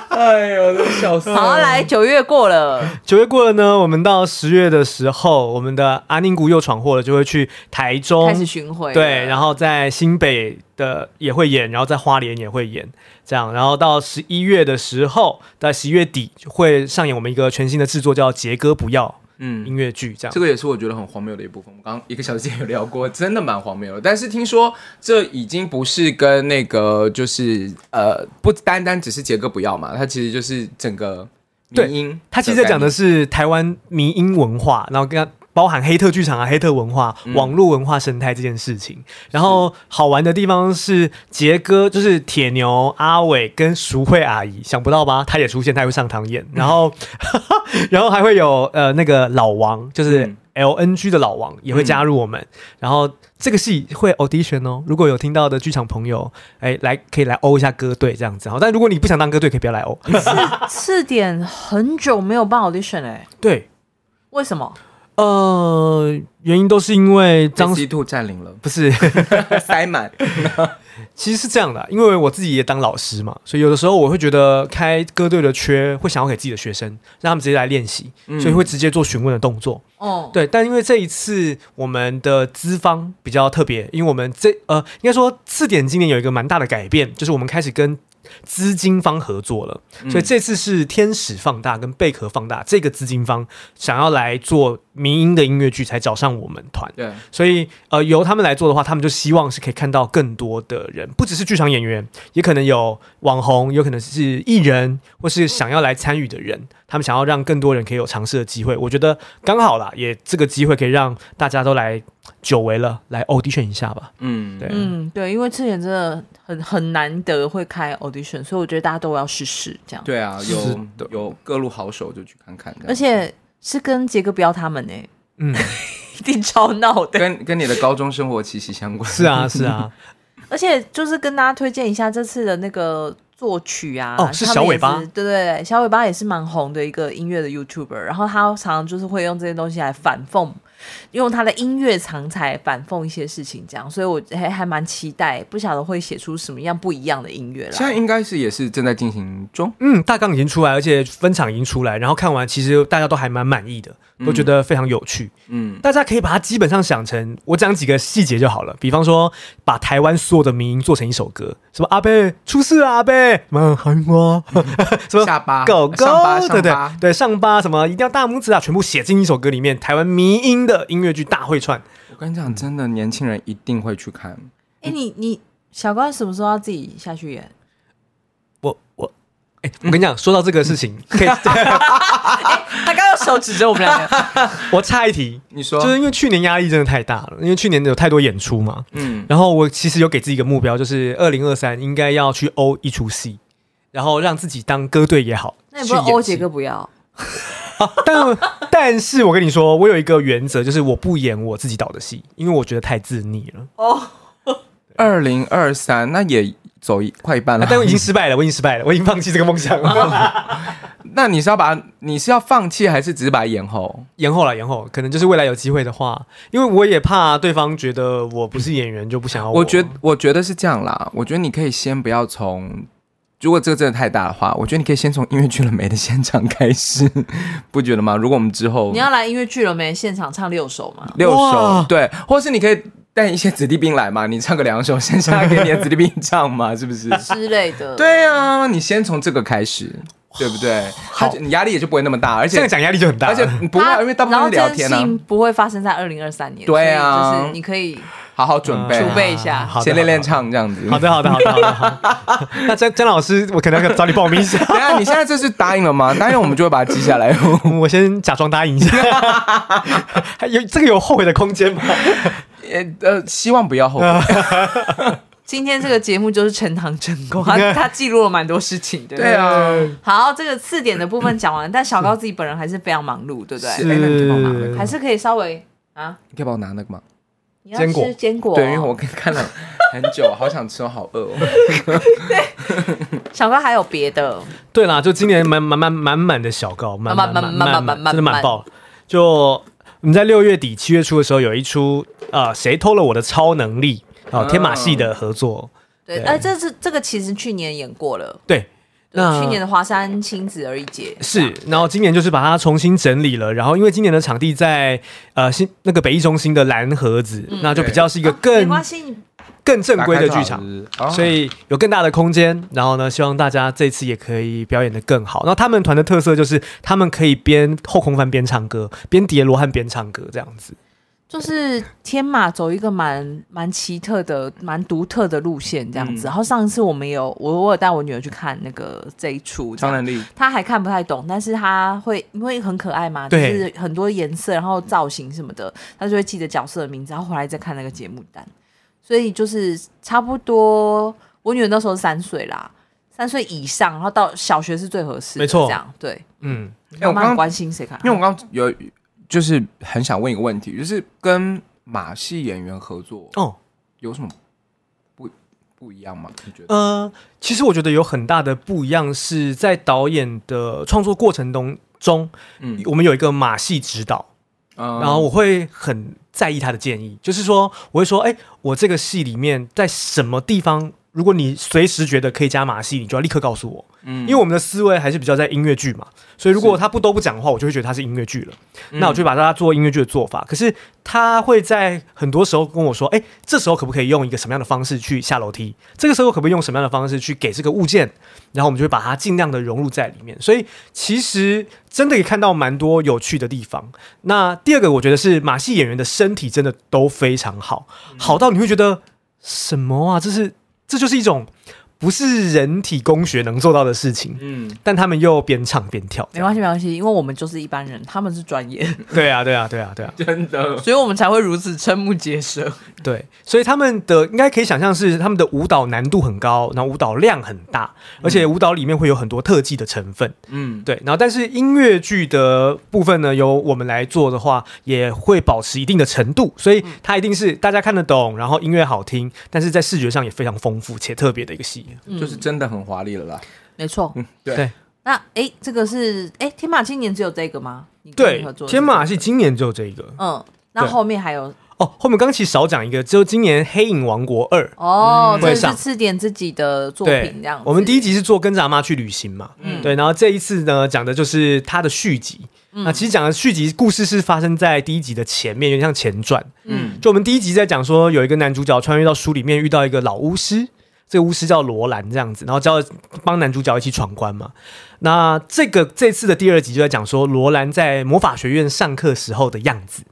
Speaker 3: 哎呦，真的笑死！
Speaker 1: 好，来九月过了，
Speaker 2: 九月过了呢，我们到十月的时候，我们的阿宁谷又闯祸了，就会去台中
Speaker 1: 开始巡回了。
Speaker 2: 对，然
Speaker 1: 后
Speaker 2: 后在新北的也会演，然后在花莲也会演，这样，然后到十一月的时候，在十一月底就会上演我们一个全新的制作叫《杰哥不要》
Speaker 3: 嗯，
Speaker 2: 音乐剧，这样。
Speaker 3: <laughs> 这个也是我觉得很荒谬的一部分。我们刚刚一个小时前有聊过，真的蛮荒谬的。但是听说这已经不是跟那个就是呃，不单单只是杰哥不要嘛，它其实就是整个
Speaker 2: 对
Speaker 3: 民音。
Speaker 2: 他其实在讲的
Speaker 3: 是，
Speaker 2: 是台湾迷音文化，然后跟它包含黑特剧场啊、黑特文化、网络文化生态这件事情。然后好玩的地方是杰哥，就是铁牛、阿伟跟淑慧阿姨，想不到吧？他也出现，他也会上堂演。然后， <laughs> 然后还会有呃那个老王，就是
Speaker 3: 嗯
Speaker 2: LNG 的老王也会加入我们。然后这个戏会 audition 哦，如果有听到的剧场朋友，哎，来可以来欧一下歌队这样子。好，但如果你不想当歌队，可以不要来欧。
Speaker 1: 四点很久没有办 audition 哎、
Speaker 2: 对，
Speaker 1: 为什么？
Speaker 2: 呃，原因都是因为张
Speaker 3: 张 C Two
Speaker 2: <laughs>
Speaker 3: 占领了，
Speaker 2: 不是，
Speaker 3: 塞满。
Speaker 2: 其实是这样的，因为我自己也当老师嘛，所以有的时候我会觉得开歌队的缺会想要给自己的学生，让他们直接来练习，所以会直接做询问的动作。
Speaker 1: 哦，
Speaker 2: 对，但因为这一次我们的资方比较特别，因为我们这呃，应该说次点今年有一个蛮大的改变，就是我们开始跟资金方合作了，所以这次是天使放大跟贝壳放大这个资金方想要来做民音的音乐剧，才找上我们团。
Speaker 3: 对，
Speaker 2: 所以呃，由他们来做的话，他们就希望是可以看到更多的人，不只是剧场演员，也可能有网红，有可能是艺人，或是想要来参与的人，他们想要让更多人可以有尝试的机会。我觉得刚好啦，也这个机会可以让大家都来久违了，来 audition 一下吧。
Speaker 3: 嗯，
Speaker 2: 对，
Speaker 1: 嗯，对，因为次点真的很很难得会开 audition，所以我觉得大家都要试试这样。，
Speaker 3: 对啊，
Speaker 2: 是
Speaker 3: 有
Speaker 2: 的
Speaker 3: 有各路好手就去看看这样，
Speaker 1: 而且是跟杰哥不要他们哎、
Speaker 2: 嗯，
Speaker 1: <laughs> 一定超闹的。
Speaker 3: 跟跟你的高中生活息息相关。
Speaker 2: 是啊，是啊，
Speaker 1: 而且就是跟大家推荐一下这次的那个作曲啊，
Speaker 2: 哦是
Speaker 1: 他们也
Speaker 2: 小尾巴
Speaker 1: 对对对，小尾巴也是蛮红的一个音乐的 YouTuber，然后他常常就是会用这些东西来反讽，用他的音乐常才反讽一些事情，这样，所以我还还蛮期待，不晓得会写出什么样不一样的音乐
Speaker 3: 现在
Speaker 1: 来。
Speaker 3: 应该是也是正在进行中，
Speaker 2: 嗯，大纲已经出来，而且分场已经出来，然后看完，其实大家都还蛮满意的，都觉得非常有趣。
Speaker 3: 嗯，
Speaker 2: 大家可以把它基本上想成，我讲几个细节就好了。比方说，把台湾所有的民音做成一首歌，什么阿贝出事啊，阿贝满含花， <laughs> 什么
Speaker 3: 嗯下巴
Speaker 2: 狗狗，
Speaker 3: 上巴上
Speaker 2: 对对
Speaker 3: 巴
Speaker 2: 对，上巴什么一定要大拇指啊，全部写进一首歌里面。台湾民音的音乐剧大会串，
Speaker 3: 我跟你讲，真的年轻人一定会去看。
Speaker 1: 哎，你你小高什么时候要自己下去演？
Speaker 2: 我我。哎，我跟你讲，说到这个事情，
Speaker 3: <laughs>
Speaker 2: 可以，
Speaker 1: 他刚刚手指着我们两个，
Speaker 2: 我插一题，
Speaker 3: 你说，
Speaker 2: 就是因为去年压力真的太大了，因为去年有太多演出嘛，
Speaker 3: 嗯，
Speaker 2: 然后我其实有给自己一个目标，就是二零二三应该要去欧一出戏，然后让自己当歌队也好，
Speaker 1: 那你不是
Speaker 2: 去演
Speaker 1: 欧杰
Speaker 2: 戏
Speaker 1: 哥不要？
Speaker 2: <laughs> 但但是我跟你说，我有一个原则，就是我不演我自己导的戏，因为我觉得太自溺了。
Speaker 1: 哦
Speaker 3: 二零二三那也走一快一半了。
Speaker 2: 啊但我已经失败了，我已经失败了，我已经放弃这个梦
Speaker 1: <laughs>
Speaker 2: 想了。
Speaker 3: <laughs> 那你是要把你是要放弃，还是只是把它延后？
Speaker 2: 延后了，延后，可能就是未来有机会的话，因为我也怕对方觉哦得我不是演员就不想要
Speaker 3: 我觉我觉得是这样啦。我觉得你可以先不要从如果这个真的太大的话，我觉得你可以先从音乐剧了没的现场开始， <laughs> 不觉得吗？如果我们之后
Speaker 1: 你要来音乐剧了没？现场唱六首吗？
Speaker 3: 六首
Speaker 2: 哇，
Speaker 3: 对，或是你可以带一些子弟兵来嘛，你唱个两首，剩下给你的子弟兵唱嘛， <laughs> 是
Speaker 2: <laughs>
Speaker 3: 不是？
Speaker 1: 之类的。，
Speaker 3: <laughs> 对啊，你先从这个开始，对不对？他就你压力也就不会那么大，而
Speaker 2: 这样
Speaker 3: 且
Speaker 2: 讲压力就很大了，<laughs>
Speaker 3: 而且你不会啊，因为大部分
Speaker 1: 然
Speaker 3: 是
Speaker 1: 后这
Speaker 3: 聊
Speaker 1: 件事
Speaker 3: 天呢、
Speaker 1: 情不会发生在二零二三年。
Speaker 3: 对啊
Speaker 1: 所以就是你可以
Speaker 3: 好好准备，
Speaker 1: 储备一下
Speaker 2: 啊好的
Speaker 3: 嗯先练练。唱这
Speaker 2: <laughs>
Speaker 3: 样子。
Speaker 2: 好的，好的，好的，好的。好的好的 <laughs> 那江江老师，我可能要找你报名一下， <laughs>
Speaker 3: 等一下，你现在这是答应了吗？答应我们就会把它记下来。
Speaker 2: <laughs> 嗯我先假装答应一下。 <laughs> 还有这个有后悔的空间吗？
Speaker 3: 呃呃，希望不要后悔。
Speaker 1: 今天这个节目就是呈堂证供，
Speaker 3: <laughs>
Speaker 1: 他他记录了蛮多事情的。
Speaker 3: 啊对啊，
Speaker 1: 好，这个次点的部分讲完，但小高自己本人还是非常忙碌，对不
Speaker 3: 是
Speaker 1: 对？
Speaker 3: 哎那你可以帮我拿
Speaker 2: 是
Speaker 1: 还是可以稍微啊，
Speaker 3: 你可以帮我拿那个吗？
Speaker 1: 你要
Speaker 2: 坚果
Speaker 1: 吃坚果哦。
Speaker 3: 对，因为我看了很久，好想吃，好饿 <laughs> 哦。
Speaker 1: 小高还有别的，
Speaker 2: 对啦，就今年满满满满满的小告，满满
Speaker 1: 满
Speaker 2: 满
Speaker 1: 满满
Speaker 2: 满满
Speaker 1: 满
Speaker 2: 真的
Speaker 1: 满
Speaker 2: 满爆。就我们在六月底七月初的时候，有一出啊，呃谁偷了我的超能力？啊，
Speaker 1: 哦
Speaker 2: 天马戏的合作，
Speaker 1: 对，
Speaker 2: 对
Speaker 1: 哎，这是这个其实去年演过了，
Speaker 2: 对，
Speaker 1: 对
Speaker 2: 那
Speaker 1: 哦去年的华山亲子而已啊节
Speaker 2: 是，然后今年就是把它重新整理了，然后因为今年的场地在呃新那个北艺中心的蓝盒子，那就比较是一个
Speaker 1: 嗯啊没
Speaker 2: 更、
Speaker 1: 关系，你
Speaker 2: 更正规的剧
Speaker 3: 打开就好
Speaker 2: 场
Speaker 3: 是，不是哦
Speaker 2: 所以有更大的空间。然后呢，希望大家这次也可以表演的更好。那他们团的特色就是他们可以边后空翻边唱歌，边叠罗汉边唱歌这样子。
Speaker 1: 就是天马走一个蛮蛮奇特的、蛮独特的路线这样子。然后上一次我们有我我有带我女儿去看那个这一出，这
Speaker 3: 超
Speaker 1: 样
Speaker 3: 能力，
Speaker 1: 她还看不太懂，但是她会因为很可爱嘛，就
Speaker 2: 对
Speaker 1: 是很多颜色，然后造型什么的，她就会记得角色的名字，然后回来再看那个节目单。所以就是差不多，我女儿那时候三岁啦，三岁以上，然后到小学是最合适的，
Speaker 2: 没错
Speaker 1: 这样对，
Speaker 2: 嗯，
Speaker 3: 哎
Speaker 1: 妈
Speaker 3: 我
Speaker 1: 妈很
Speaker 3: 刚
Speaker 1: 关心谁看，
Speaker 3: 因为我刚有就是很想问一个问题，就是跟马戏演员合作
Speaker 2: 哦，
Speaker 3: 有什么不不一样吗？你觉得？
Speaker 2: 呃，其实我觉得有很大的不一样是在导演的创作过程中中，
Speaker 3: 嗯
Speaker 2: 我们有一个马戏指导。
Speaker 3: 嗯
Speaker 2: 然后我会很在意他的建议，就是说，我会说，哎，我这个戏里面在什么地方，如果你随时觉得可以加马戏，你就要立刻告诉我，
Speaker 3: 嗯
Speaker 2: 因为我们的思维还是比较在音乐剧嘛，所以如果他不都不讲的话，我就会觉得他是音乐剧了，那我就把它做音乐剧的做法。可是他会在很多时候跟我说，哎，这时候可不可以用一个什么样的方式去下楼梯？这个时候可不可以用什么样的方式去给这个物件？然后我们就会把它尽量的融入在里面。所以其实真的可以看到蛮多有趣的地方。那第二个，我觉得是马戏演员的身体真的都非常好，好到你会觉得什么啊？这是这就是一种不是人体工学能做到的事情，
Speaker 3: 嗯，
Speaker 2: 但他们又边唱边跳。
Speaker 1: 没关系没关系，因为我们就是一般人，他们是专业，
Speaker 2: 对啊，对啊，对啊，对啊，<laughs>
Speaker 3: 真的
Speaker 1: 所以我们才会如此瞠目结舌。
Speaker 2: 对，所以他们的应该可以想象是他们的舞蹈难度很高，然后舞蹈量很大，而且舞蹈里面会有很多特技的成分。
Speaker 3: 嗯
Speaker 2: 对，然后但是音乐剧的部分呢，由我们来做的话，也会保持一定的程度，所以它一定是大家看得懂，然后音乐好听，但是在视觉上也非常丰富且特别的一个戏。
Speaker 3: 就是真的很华丽了啦。
Speaker 1: 没错，
Speaker 3: 嗯，对
Speaker 2: 对
Speaker 1: 那诶，这个是诶，天马今年只有这个吗？你跟你
Speaker 2: 对
Speaker 1: 合，作的
Speaker 2: 天马
Speaker 1: 是
Speaker 2: 戏今年就这一个
Speaker 1: 这个，嗯，那
Speaker 2: 对
Speaker 1: 后面还有
Speaker 2: 哦。后面刚其实少讲一个，就今年《黑影王国二》。
Speaker 1: 哦，这
Speaker 2: 嗯会
Speaker 1: 是
Speaker 2: 上
Speaker 1: 次点自己的作
Speaker 2: 对
Speaker 1: 品这样子。
Speaker 2: 我们第一集是做跟着阿妈去旅行嘛，
Speaker 1: 嗯
Speaker 2: 对，然后这一次呢讲的就是它的续集。那其实讲的续集故事是发生在第一集的前面，有点像前传。
Speaker 3: 嗯
Speaker 2: 就我们第一集在讲说，有一个男主角穿越到书里面遇到一个老巫师，这个巫师叫罗兰这样子，然后叫帮男主角一起闯关嘛。那这个这次的第二集就在讲说罗兰在魔法学院上课时候的样子。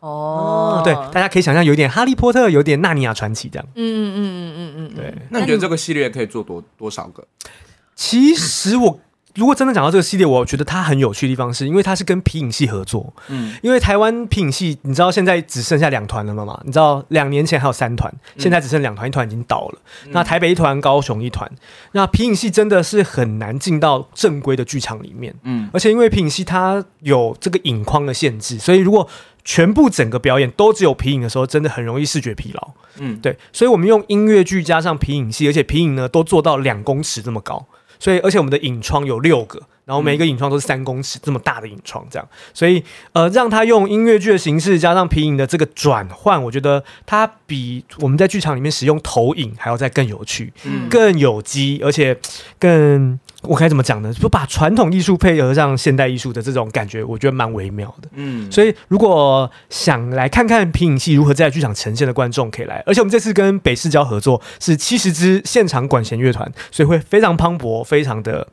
Speaker 1: 哦，
Speaker 2: 对，
Speaker 1: 嗯
Speaker 2: 大家可以想象有点哈利波特，有点纳尼亚传奇这样。
Speaker 1: 嗯嗯嗯嗯嗯，
Speaker 2: 对，
Speaker 3: 那你觉得这个系列可以做多多少个？
Speaker 2: 其实我。如果真的讲到这个系列，我觉得它很有趣的地方是，因为它是跟皮影戏合作，
Speaker 3: 嗯，
Speaker 2: 因为台湾品系，你知道现在只剩下两团了嘛嘛？你知道两年前还有三团，现在只剩两团，一团已经倒了。那台北一团，高雄一团。那皮影戏真的是很难进到正规的剧场里面，
Speaker 3: 嗯
Speaker 2: 嗯，而且因为皮影戏它有这个影框的限制，所以如果全部整个表演都只有皮影的时候，真的很容易视觉疲劳。
Speaker 3: 嗯
Speaker 2: 对，所以我们用音乐剧加上皮影戏，而且皮影呢都做到两公尺这么高，所以而且我们的影窗有六个，然后每一个影窗都是三公尺这么大的影窗，这样，所以呃，让他用音乐剧的形式加上皮影的这个转换，我觉得它比我们在剧场里面使用投影还要再更有趣，
Speaker 3: 嗯
Speaker 2: 更有机，而且更我该怎么讲呢？就把传统艺术配合上现代艺术的这种感觉，我觉得蛮微妙的。
Speaker 3: 嗯，
Speaker 2: 所以，如果想来看看皮影戏如何在剧场呈现的观众，可以来。而且我们这次跟北市交合作是七十支现场管弦乐团，所以会非常磅礴，非常的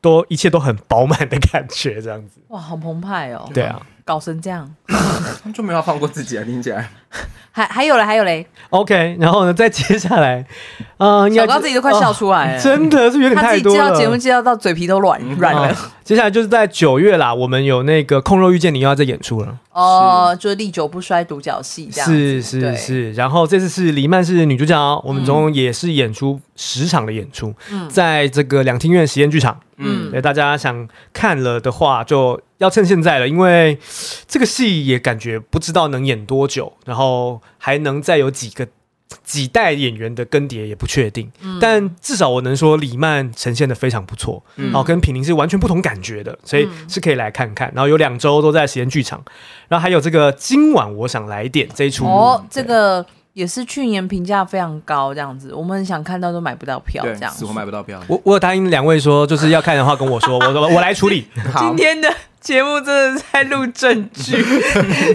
Speaker 2: 多，一切都很饱满的感觉，这样子。
Speaker 1: 哇，好澎湃哦！
Speaker 2: 对啊
Speaker 1: 搞成这样，
Speaker 3: 以就没有要放过自己啊，听起来。
Speaker 1: 还还有嘞，还有嘞，
Speaker 2: ，OK。然后呢，再接下来，呃，应该
Speaker 1: 小
Speaker 2: 就
Speaker 1: 高自己都快笑出来
Speaker 2: 哦
Speaker 1: 了，
Speaker 2: 真的是有点
Speaker 1: 他自
Speaker 2: 太
Speaker 1: 己
Speaker 2: 多
Speaker 1: 接
Speaker 2: 了。
Speaker 1: 到节目接到到嘴皮都软软了。
Speaker 2: 啊接下来就是在九月啦，我们有那个《空肉遇见你》又要再演出了，
Speaker 1: 哦，就是历久不衰独角戏这样子。
Speaker 2: 是是
Speaker 1: 对
Speaker 2: 是。然后这次是黎曼是女主角哦，我们总共也是演出十场的演出，
Speaker 1: 嗯
Speaker 2: 在这个两厅院实验剧场。
Speaker 1: 嗯
Speaker 2: 对，大家想看了的话，就要趁现在了，因为这个戏也感觉不知道能演多久，然后还能再有几个几代演员的更迭也不确定。
Speaker 1: 嗯
Speaker 2: 但至少我能说，李曼呈现的非常不错，
Speaker 3: 嗯
Speaker 2: 然后跟品宁是完全不同感觉的，所以
Speaker 1: 嗯
Speaker 2: 是可以来看看。然后有两周都在实验剧场，然后还有这个今晚我想来点这一出
Speaker 1: 哦，
Speaker 2: 对
Speaker 1: 这个也是去年评价非常高，这样子，我们很想看到都买不到票，这样子
Speaker 3: 死活。买不到票。
Speaker 2: 我我有答应两位说，就是要看的话跟我说，我我我来处理。
Speaker 3: 好
Speaker 1: 今，天的节目真的是在录证 <laughs> 据，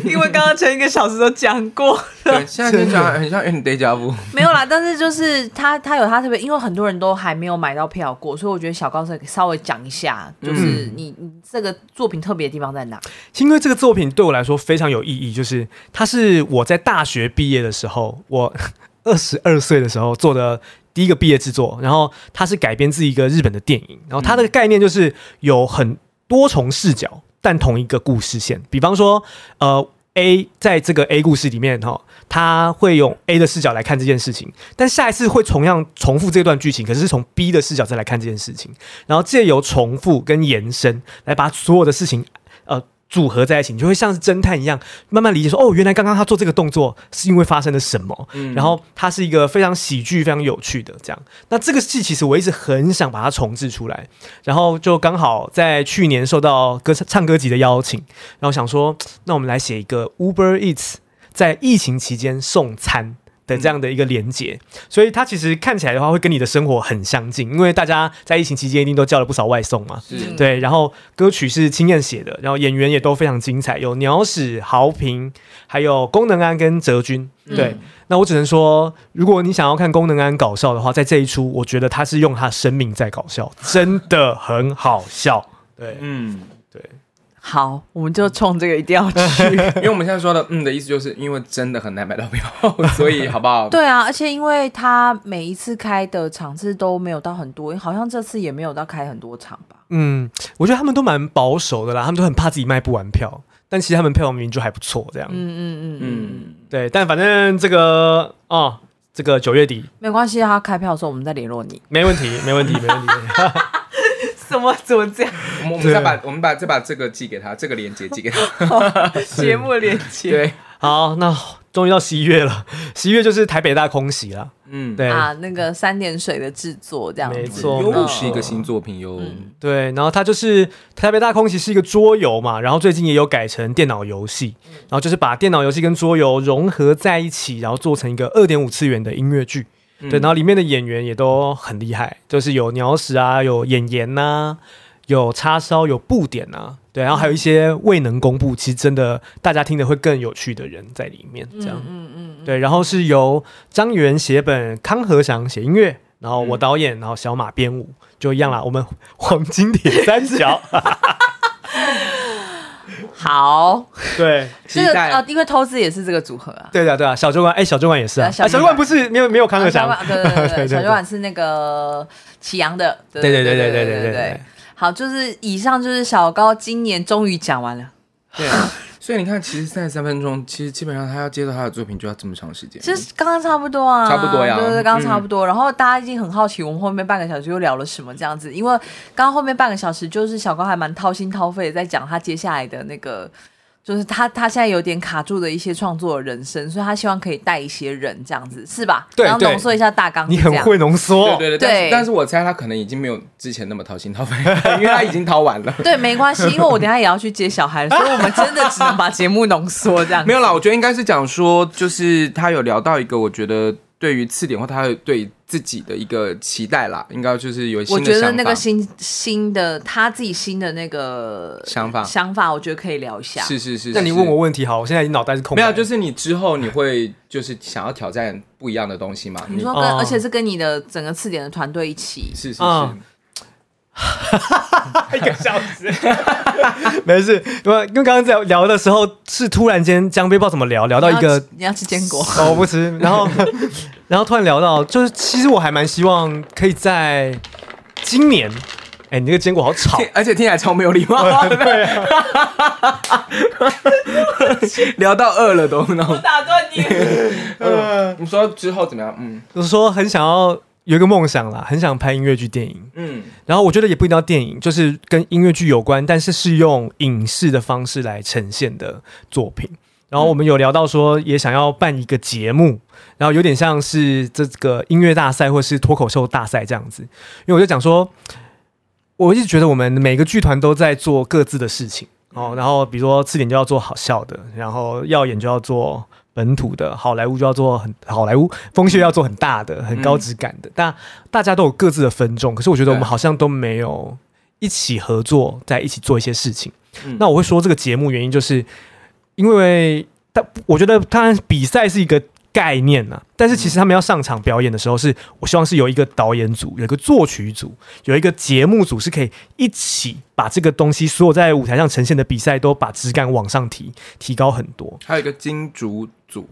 Speaker 1: 因为刚刚前一个小时都讲过，
Speaker 3: 对，现在听起来很像有点 deja vu。
Speaker 1: <laughs> 没有啦。但是就是他，他有他特别，因为很多人都还没有买到票过，所以我觉得小高是稍微讲一下，就是你、你这个作品特别的地方在哪？
Speaker 2: 是因为这个作品对我来说非常有意义，就是它是我在大学毕业的时候，我 <laughs> 二十二岁的时候做的第一个毕业制作，然后它是改编自一个日本的电影，然后它的概念就是有很多重视角，但同一个故事线，比方说，呃。A 在这个 A 故事里面哈，他会用 A 的视角来看这件事情，但下一次会同样重复这段剧情，可是是从 B 的视角再来看这件事情，然后借由重复跟延伸来把所有的事情呃组合在一起，你就会像是侦探一样，慢慢理解说，哦，原来刚刚他做这个动作是因为发生了什么。然后它是一个非常喜剧、非常有趣的这样。那这个戏其实我一直很想把它重置出来，然后就刚好在去年受到歌唱歌集的邀请，然后想说，那我们来写一个 Uber Eats 在疫情期间送餐。的这样的一个连接，所以它其实看起来的话，会跟你的生活很相近，因为大家在疫情期间一定都叫了不少外送嘛。
Speaker 1: 嗯
Speaker 3: 是
Speaker 2: 对，然后歌曲是青燕写的，然后演员也都非常精彩，有鸟屎、豪平，还有功能安跟哲君。对，
Speaker 1: 嗯
Speaker 2: 那我只能说，如果你想要看功能安搞笑的话，在这一出，我觉得他是用他生命在搞笑，真的很好笑。对
Speaker 3: 嗯，
Speaker 2: 对，
Speaker 1: 好，我们就冲这个一定要去。
Speaker 3: 因为我们现在说的嗯的意思，就是因为真的很难买到票， <laughs> 所以好不
Speaker 1: <laughs>
Speaker 3: 好？
Speaker 1: 对啊，而且因为他每一次开的场次都没有到很多，好像这次也没有到开很多场吧。
Speaker 2: 嗯，我觉得他们都蛮保守的啦，他们都很怕自己卖不完票，但其实他们票明明就还不错，这样。
Speaker 1: 嗯嗯嗯嗯，
Speaker 3: 嗯，
Speaker 2: 对，但反正这个哦，这个九月底
Speaker 1: 没关系，他开票的时候我们再联络你。
Speaker 2: 没问题，没问题，没问题。
Speaker 1: 什么？怎么这样？
Speaker 3: 我们我们再把我们把再把这个寄给他，这个链接寄给他。
Speaker 1: 节目连接
Speaker 3: <laughs> 对，
Speaker 2: 好，那终于到十一月了，十一月就是台北大空袭了。
Speaker 3: 嗯，
Speaker 2: 对、
Speaker 1: 啊，那个三点水的制作这样子，
Speaker 2: 没错
Speaker 3: 又
Speaker 1: 嗯
Speaker 3: 是一个新作品哟。
Speaker 1: 嗯
Speaker 2: 对，然后它就是台北大空袭是一个桌游嘛，然后最近也有改成电脑游戏，
Speaker 1: 嗯
Speaker 2: 然后就是把电脑游戏跟桌游融合在一起，然后做成一个二点五次元的音乐剧。
Speaker 1: 嗯
Speaker 2: 对，然后里面的演员也都很厉害，就是有鸟屎啊，有演员呐、有叉烧，有布点呐、对，然后还有一些未能公布，其实真的大家听的会更有趣的人在里面，这样。
Speaker 1: 嗯嗯
Speaker 2: 对，然后是由张元写本，康和祥写音乐，
Speaker 1: 嗯
Speaker 2: 然后我导演，然后小马编舞，就一样啦。我们黄金铁三角，
Speaker 1: 嗯，好，
Speaker 2: 对，
Speaker 1: 这
Speaker 3: 期
Speaker 1: 个啊
Speaker 3: 待，。
Speaker 1: 因为偷资也是这个组合啊。
Speaker 2: 对的，对啊，小酒馆，哎，小酒馆也是啊，
Speaker 1: 啊
Speaker 2: 啊
Speaker 1: 小酒
Speaker 2: 小酒
Speaker 1: 馆
Speaker 2: 馆不是没有没有康和祥，
Speaker 1: 啊小酒馆对对
Speaker 2: 对
Speaker 1: 对，
Speaker 2: 对对
Speaker 1: 小酒馆是那个启阳的，对
Speaker 2: 对对对对对对对。
Speaker 1: 好，就是以上就是小高今年终于讲完了，
Speaker 3: 对，所以你看，其实三十三分钟，其实基本上他要接受他的作品就要这么长时间。
Speaker 1: 其实刚刚差不多啊，
Speaker 3: 差不多呀
Speaker 1: 对对对，刚刚
Speaker 3: 嗯
Speaker 1: 差不多。然后大家已经很好奇我们后面半个小时又聊了什么这样子，因为刚刚后面半个小时就是小高还蛮掏心掏肺的在讲他接下来的那个就是他他现在有点卡住的一些创作人生，所以他希望可以带一些人这样子，是吧？
Speaker 2: 对
Speaker 1: 然后
Speaker 2: 对
Speaker 1: 浓缩一下大纲是
Speaker 2: 你
Speaker 3: <laughs>
Speaker 1: 这样，
Speaker 2: 很会浓缩，
Speaker 3: 对对
Speaker 1: 对
Speaker 3: 对，但是但是我猜他可能已经没有之前那么掏心掏肺， <laughs> 因为他已经掏完了。
Speaker 1: 对，没关系，因为我等一下也要去接小孩，所以我们真的只能把节目浓缩这样
Speaker 3: <laughs> <laughs> 没。有啦，我觉得应该是讲说，就是他有聊到一个，我觉得对于次点或他对自己的一个期待啦，应该就是有新
Speaker 1: 我
Speaker 3: 的想
Speaker 1: 觉
Speaker 3: 法。
Speaker 1: 得那个新新的他自己新的那个
Speaker 3: 想法
Speaker 1: 想法，我觉得可以聊一下。
Speaker 3: 是是是，
Speaker 2: 那你
Speaker 3: 是
Speaker 2: 问我问题好，我现在脑袋是空
Speaker 3: 没
Speaker 2: 白的。
Speaker 3: 有？就是你之后你会就是想要挑战不一样的东西吗？
Speaker 1: 你说跟、
Speaker 2: 哦
Speaker 1: 而且是跟你的整个次点的团队一起，
Speaker 3: 是是是，
Speaker 2: 嗯一个小时，没事。因为因为刚刚在聊的时候，是突然间江杯不知道怎么聊，聊哦到一个
Speaker 1: 你要吃你要吃坚果，
Speaker 2: 哦，我不吃。然后，然后突然聊到，就是其实我还蛮希望可以在今年，哎，你那个坚果好吵
Speaker 3: 听，而且听起来超没有礼貌。啊 <laughs> 对，啊 <laughs> 聊到饿了都那种。
Speaker 1: 打断你。
Speaker 3: 嗯，你说之后怎么样？嗯
Speaker 2: 就是说很想要有一个梦想啦，很想拍音乐剧电影。
Speaker 3: 嗯，
Speaker 2: 然后我觉得也不一定要电影，就是跟音乐剧有关，但是是用影视的方式来呈现的作品。然后我们有聊到说，也想要办一个节目，然后有点像是这个音乐大赛或是脱口秀大赛这样子。因为我就讲说，我一直觉得我们每个剧团都在做各自的事情哦。然后比如说次点就要做好笑的，然后耀眼就要做本土的，好莱坞就要做很好莱坞，风穴要做很大的、很高质感的。但大家都有各自的分众，可是我觉得我们
Speaker 3: 对
Speaker 2: 好像都没有一起合作，在一起做一些事情。
Speaker 3: 嗯
Speaker 2: 那我会说这个节目原因就是因为但我觉得当然比赛是一个概念呐、但是其
Speaker 3: 嗯
Speaker 2: 实他们要上场表演的时候是，我希望是有一个导演组，有一个作曲组，有一个节目组是可以一起把这个东西所有在舞台上呈现的比赛都把质感往上提，提高很多。
Speaker 3: 还有一个金主组，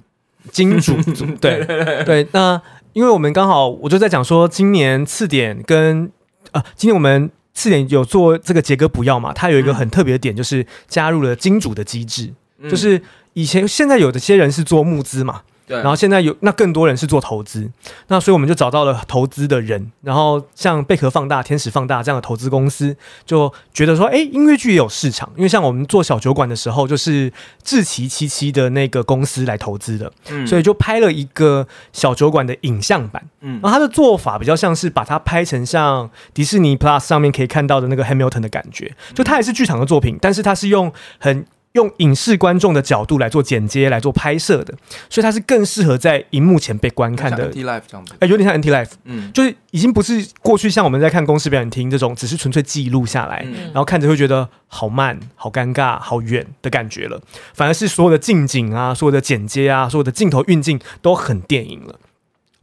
Speaker 2: 金 <laughs> 主组，对对。那因为我们刚好，我就在讲说，今年次点跟呃，今年我们次点有做这个杰哥不要嘛，它有一个很特别的点，就是加入了金主的机制，
Speaker 3: 嗯
Speaker 2: 就是以前现在有的些人是做募资嘛，
Speaker 3: 对，
Speaker 2: 然后现在有那更多人是做投资，那所以我们就找到了投资的人，然后像贝壳放大、天使放大这样的投资公司，就觉得说，哎，音乐剧也有市场，因为像我们做小酒馆的时候，就是志奇七七的那个公司来投资的，
Speaker 3: 嗯
Speaker 2: 所以就拍了一个小酒馆的影像版。
Speaker 3: 嗯
Speaker 2: 然后它的做法比较像是把它拍成像迪士尼 Plus 上面可以看到的那个 Hamilton 的感觉，
Speaker 3: 嗯
Speaker 2: 就它也是剧场的作品，但是它是用很用影视观众的角度来做剪接、来做拍摄的，所以它是更适合在荧幕前被观看
Speaker 3: 像
Speaker 2: 的
Speaker 3: NT。Life 这样子，
Speaker 2: 哎，有点像 NT Life，
Speaker 3: 嗯
Speaker 2: 就是已经不是过去像我们在看公司表演厅这种，只是纯粹记录下来，
Speaker 3: 嗯
Speaker 2: 然后看着会觉得好慢、好尴尬、好远的感觉了。反而是所有的近景啊、所有的剪接啊、所有的镜头运镜都很电影了。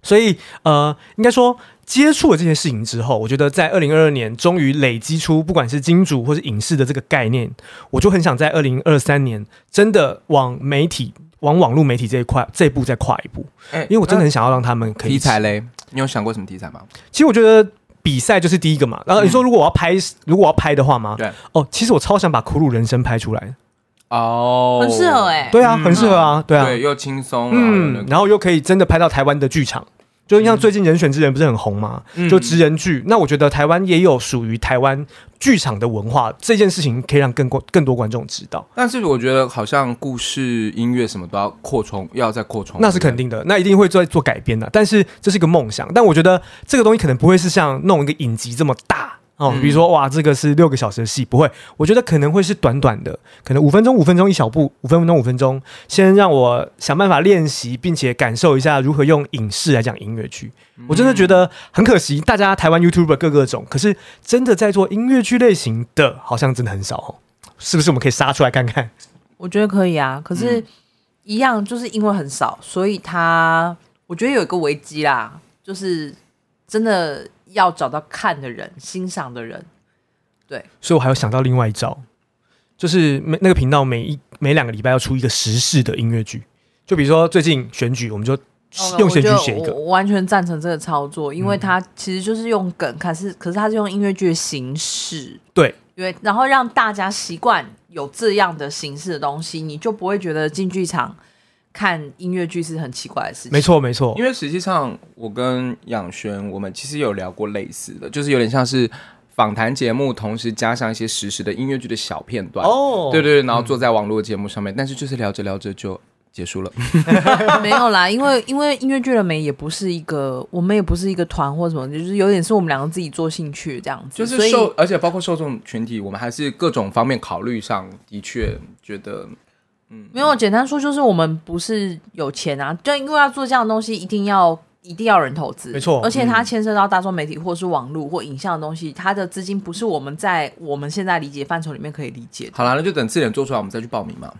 Speaker 2: 所以呃，应该说接触了这些事情之后，我觉得在二零二二年终于累积出不管是金主或是影视的这个概念，我就很想在二零二三年真的往媒体、往网络媒体这一块这一步再跨一步，
Speaker 3: 哎
Speaker 2: 因为我真的很想要让他们可以
Speaker 3: 题材嘞，你有想过什么题材吗？
Speaker 2: 其实我觉得比赛就是第一个嘛。然后你说如果我要拍，如果我要拍的话嘛，
Speaker 3: 嗯对，
Speaker 2: 哦，其实我超想把《苦鲁人生》拍出来。
Speaker 3: 哦，
Speaker 1: 很适合哎、
Speaker 2: 对啊，
Speaker 3: 嗯
Speaker 2: 很适合啊，对啊，
Speaker 3: 对，又轻松，
Speaker 2: 嗯，
Speaker 3: 嗯，
Speaker 2: 然后又可以真的拍到台湾的剧场。就像最近《人选之人》不是很红嘛，
Speaker 3: 嗯
Speaker 2: 就职人剧。那我觉得台湾也有属于台湾剧场的文化，这件事情可以让更多更多观众知道，
Speaker 3: 但是我觉得好像故事、音乐什么都要扩充，要再扩充，
Speaker 2: 那是
Speaker 3: 对
Speaker 2: 肯
Speaker 3: 不对。
Speaker 2: 定的，那一定会做做改编的。但是这是一个梦想，但我觉得这个东西可能不会是像弄一个影集这么大哦，
Speaker 3: 嗯
Speaker 2: 比如说哇，这个是六个小时的戏，不会，我觉得可能会是短短的，可能五分钟、五分钟一小步，五分钟、五分钟，先让我想办法练习，并且感受一下如何用影视来讲音乐剧。我真的觉得很可惜，大家台湾 YouTuber 各个种，可是真的在做音乐剧类型的，好像真的很少哦。是不是我们可以杀出来看看？
Speaker 1: 我觉得可以啊，可是
Speaker 2: 嗯
Speaker 1: 一样就是因为很少，所以他我觉得有一个危机啦，就是真的要找到看的人、欣赏的人。
Speaker 2: 所以我还有想到另外一招，就是每那个频道每一每两个礼拜要出一个时事的音乐剧，就比如说最近选举，哦我们就用选举写
Speaker 1: 哦
Speaker 2: 一
Speaker 1: 我觉得
Speaker 2: 个。嗯
Speaker 1: 我我完全赞成这个操作，因为他其实就是用梗，可是可是他是用音乐剧的形式，
Speaker 2: 对，
Speaker 1: 因为然后让大家习惯有这样的形式的东西，你就不会觉得进剧场看音乐剧是很奇怪的事情。
Speaker 2: 没，错没错
Speaker 3: 因，为实际上，我跟养轩我们其实有聊过类似的，就是有点像是访谈节目，同时加上一些实时的音乐剧的小片段。
Speaker 2: 哦
Speaker 3: 对对对，然后做在网络节目上面，但是就是聊着聊着就结束了。
Speaker 1: <laughs> 没有啦，因为 <laughs> 因为音乐剧了没也不是一个，我们也不是一个团或什么，就是有点是我们两个自己做兴趣这样子，
Speaker 3: 就是
Speaker 1: 所以
Speaker 3: 受，而且包括受众群体，我们还是各种方面考虑上，的确觉得
Speaker 1: 没有简单说就是我们不是有钱啊，但因为要做这样的东西，一定要。一定要人投资，
Speaker 2: 没错
Speaker 1: 而且它牵涉到大众媒体或是网络或影像的东西，它的资金不是我们在我们现在理解范畴里面可以理解的。
Speaker 3: 好了，那就等字典做出来，我们再去报名嘛。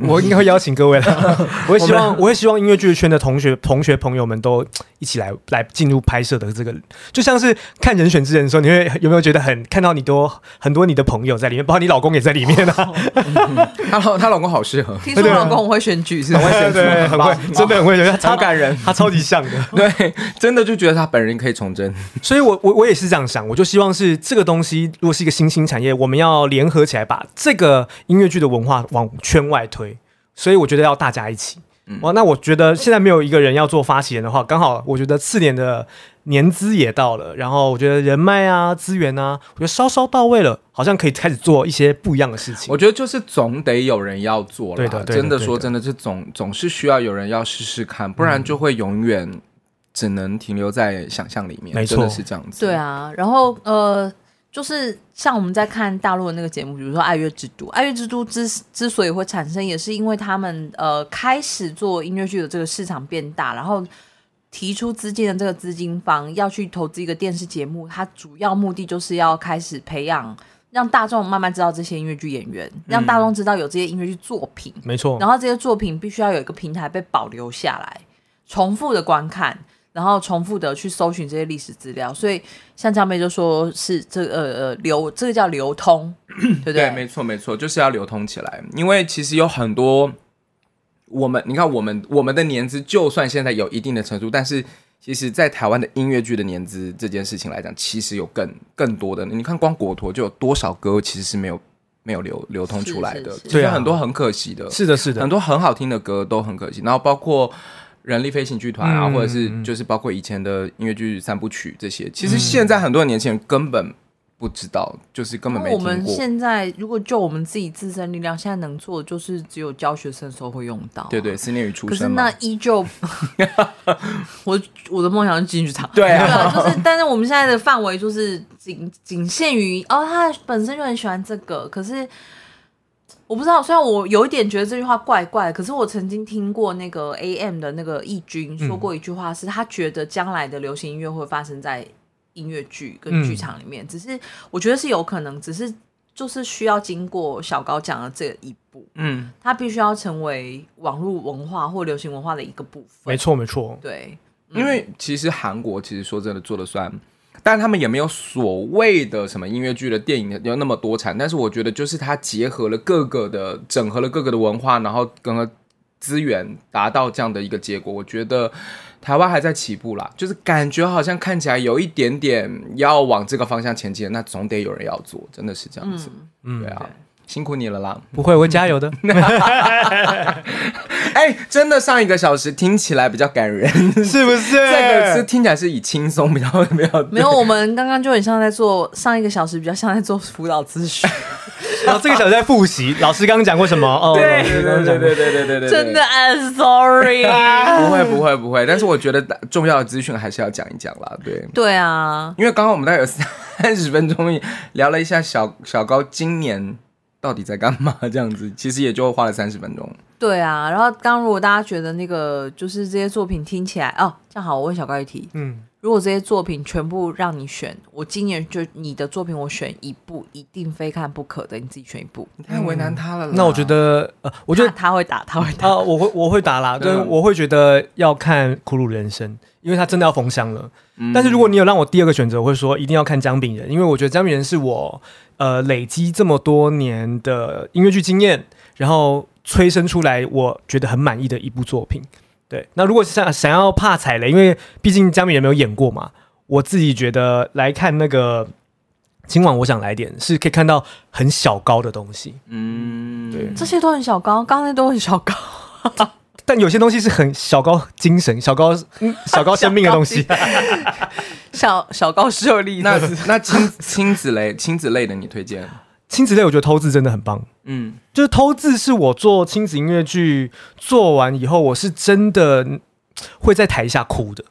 Speaker 2: 我应该会邀请各位 <laughs> 了。我会希望，我会希望音乐剧圈的同学、同学朋友们都一起来来进入拍摄的这个，就像是看《人选之人》的时候，你会有没有觉得很看到你多很多你的朋友在里面，包括你老公也在里面啊？
Speaker 3: 她老她老公好
Speaker 2: <laughs>
Speaker 3: 适合，
Speaker 1: 听说我老公很会选举，是吗
Speaker 3: 很会选
Speaker 2: 对， <laughs> 很会，真的很会，他超
Speaker 3: 很感人。
Speaker 2: 他超级像的。
Speaker 3: <laughs> 对，真的就觉得他本人可以从真。
Speaker 2: 所以我我我也是这样想，我就希望是这个东西，如果是一个新兴产业，我们要联合起来把这个音乐剧的文化往圈外推。所以我觉得要大家一起。
Speaker 3: 嗯
Speaker 2: 哦，那我觉得现在没有一个人要做发起人的话，刚好我觉得次年的年资也到了，然后我觉得人脉啊、资源啊，我觉得稍稍到位了，好像可以开始做一些不一样的事情。
Speaker 3: 我觉得就是总得有人要做了。
Speaker 2: 对的对的
Speaker 3: 真的
Speaker 2: 对的嗯
Speaker 3: 说真的，这总总是需要有人要试试看，不然就会永远只能停留在想象里面。
Speaker 2: 没错
Speaker 3: 真的是这样子。
Speaker 1: 对，啊，然后呃，就是像我们在看大陆的那个节目，比如说《哎爱乐之都》，《爱乐之都之》之所以会产生，也是因为他们呃开始做音乐剧的这个市场变大，然后。提出资金的这个资金方要去投资一个电视节目，它主要目的就是要开始培养，让大众慢慢知道这些音乐剧演员，让大众知道有这些音乐剧作品，
Speaker 2: 没
Speaker 3: 哦
Speaker 2: 错，
Speaker 1: 然后这些作品必须要有一个平台被保留下来，重复的观看，然后重复的去搜寻这些历史资料。所以像江妹就说是这个呃呃流，这个叫流通，
Speaker 3: <coughs>
Speaker 1: 对不
Speaker 3: 对，没错没错，就是要流通起来，因为其实有很多我们，你看我们我们的年资，就算现在有一定的程度，但是。其实，在台湾的音乐剧的年资这件事情来讲，其实有更更多的。你看，光国陀就有多少歌其实是没有没有流流通出来的，
Speaker 1: 是是是
Speaker 3: 其实
Speaker 2: 对啊
Speaker 3: 很多很可惜的。
Speaker 2: 是的，是的
Speaker 3: 很，多很好听的歌都很可惜，然后包括人力飞行剧团啊，
Speaker 2: 嗯嗯
Speaker 3: 或者是就是包括以前的音乐剧三部曲这些，其实现在很多的年轻人根本不知道，就是根
Speaker 1: 因
Speaker 3: 本
Speaker 1: 为
Speaker 3: 没
Speaker 1: 我
Speaker 3: 听
Speaker 1: 们
Speaker 3: 过。
Speaker 1: 现在如果就我们自己自身力量，现在能做的就是只有教学生的时候会用到、啊
Speaker 3: 对对，。思念与出
Speaker 1: 可是
Speaker 3: 生嘛
Speaker 1: 那，依
Speaker 3: <laughs>
Speaker 1: 旧，我我的梦想是进剧场。
Speaker 3: <laughs> 对啊
Speaker 1: 啊，就是，但是我们现在的范围就是仅仅限于哦，他本身就很喜欢这个，可是我不知道，虽然我有一点觉得这句话怪怪，可是我曾经听过那个 AM 的那个义军
Speaker 3: 嗯
Speaker 1: 说过一句话是，他觉得将来的流行音乐会发生在音乐剧
Speaker 3: 嗯
Speaker 1: 跟剧场里面，只是我觉得是有可能，只是就是需要经过小高讲的这一步，
Speaker 3: 嗯，
Speaker 1: 它必须要成为网络文化或流行文化的一个部分。
Speaker 2: 没，错，没错，
Speaker 1: 对，
Speaker 3: 因为其实韩国其实说真的做的算。但他们也没有所谓的什么音乐剧的电影有那么多产，但是我觉得就是它结合了各个的，整合了各个的文化，然后跟资源达到这样的一个结果，我觉得台湾还在起步啦，就是感觉好像看起来有一点点要往这个方向前进，那总得有人要做，真的是这样子，
Speaker 2: 嗯
Speaker 3: 对啊，辛苦你了啦。
Speaker 2: 不会，我会加油
Speaker 3: <laughs>
Speaker 2: 的。
Speaker 3: 哎、真的上一个小时听起来比较感人，
Speaker 2: 是不是？
Speaker 3: 这个是听起来是以轻松比较比较
Speaker 1: 没有，我们刚刚就很像在做上一个小时，比较像在做辅导咨询，
Speaker 2: 然后这个小时在复习，老师刚刚讲过什么？哦，
Speaker 3: 对
Speaker 2: 老师
Speaker 3: 对
Speaker 2: 刚刚
Speaker 3: 对
Speaker 2: 讲
Speaker 3: 对
Speaker 2: 过
Speaker 3: 对对对对对，
Speaker 1: <laughs> 真的，I'm sorry。 <laughs>
Speaker 3: 不会不会不会，但是我觉得重要的资讯还是要讲一讲啦，对。
Speaker 1: 对啊，
Speaker 3: 因为刚刚我们大概有三十分钟聊了一下小小高今年到底在干嘛，这样子其实也就花了三十分钟。
Speaker 1: 对啊。然后，刚如果大家觉得那个就是这些作品听起来哦，这样好，我问小高一题：
Speaker 2: 嗯，
Speaker 1: 如果这些作品全部让你选，我今年就你的作品，我选一部一定非看不可的，你自己选一部。
Speaker 3: 你太为难他了啦、
Speaker 2: 那我觉得，呃，我觉得
Speaker 1: 他他会打，他会打。
Speaker 2: <laughs> 啊，我会我会打啦，对，
Speaker 3: 嗯
Speaker 2: 我会觉得要看《苦鲁人生》，因为他真的要封箱了。
Speaker 3: 嗯
Speaker 2: 但是如果你有让我第二个选择，我会说一定要看姜饼人，因为我觉得姜饼人是我呃累积这么多年的音乐剧经验，然后催生出来我觉得很满意的一部作品。对，那如果想想要怕踩雷，因为毕竟姜饼人没有演过嘛，我自己觉得来看那个。今晚我想来点，是可以看到很小高的东西。
Speaker 3: 嗯，
Speaker 2: 对
Speaker 1: 这些都很小高，刚才都很小高。
Speaker 2: 但有些东西是很小高精神、小高、嗯 <laughs> 小高生命的东西。
Speaker 1: 小小高设立
Speaker 3: 那
Speaker 1: 的，
Speaker 3: 那亲亲子类亲子类的你推荐？
Speaker 2: 亲子类，我觉得偷字真的很棒。
Speaker 3: 嗯，
Speaker 2: 就是偷字是我做亲子音乐剧做完以后，我是真的会在台下哭的。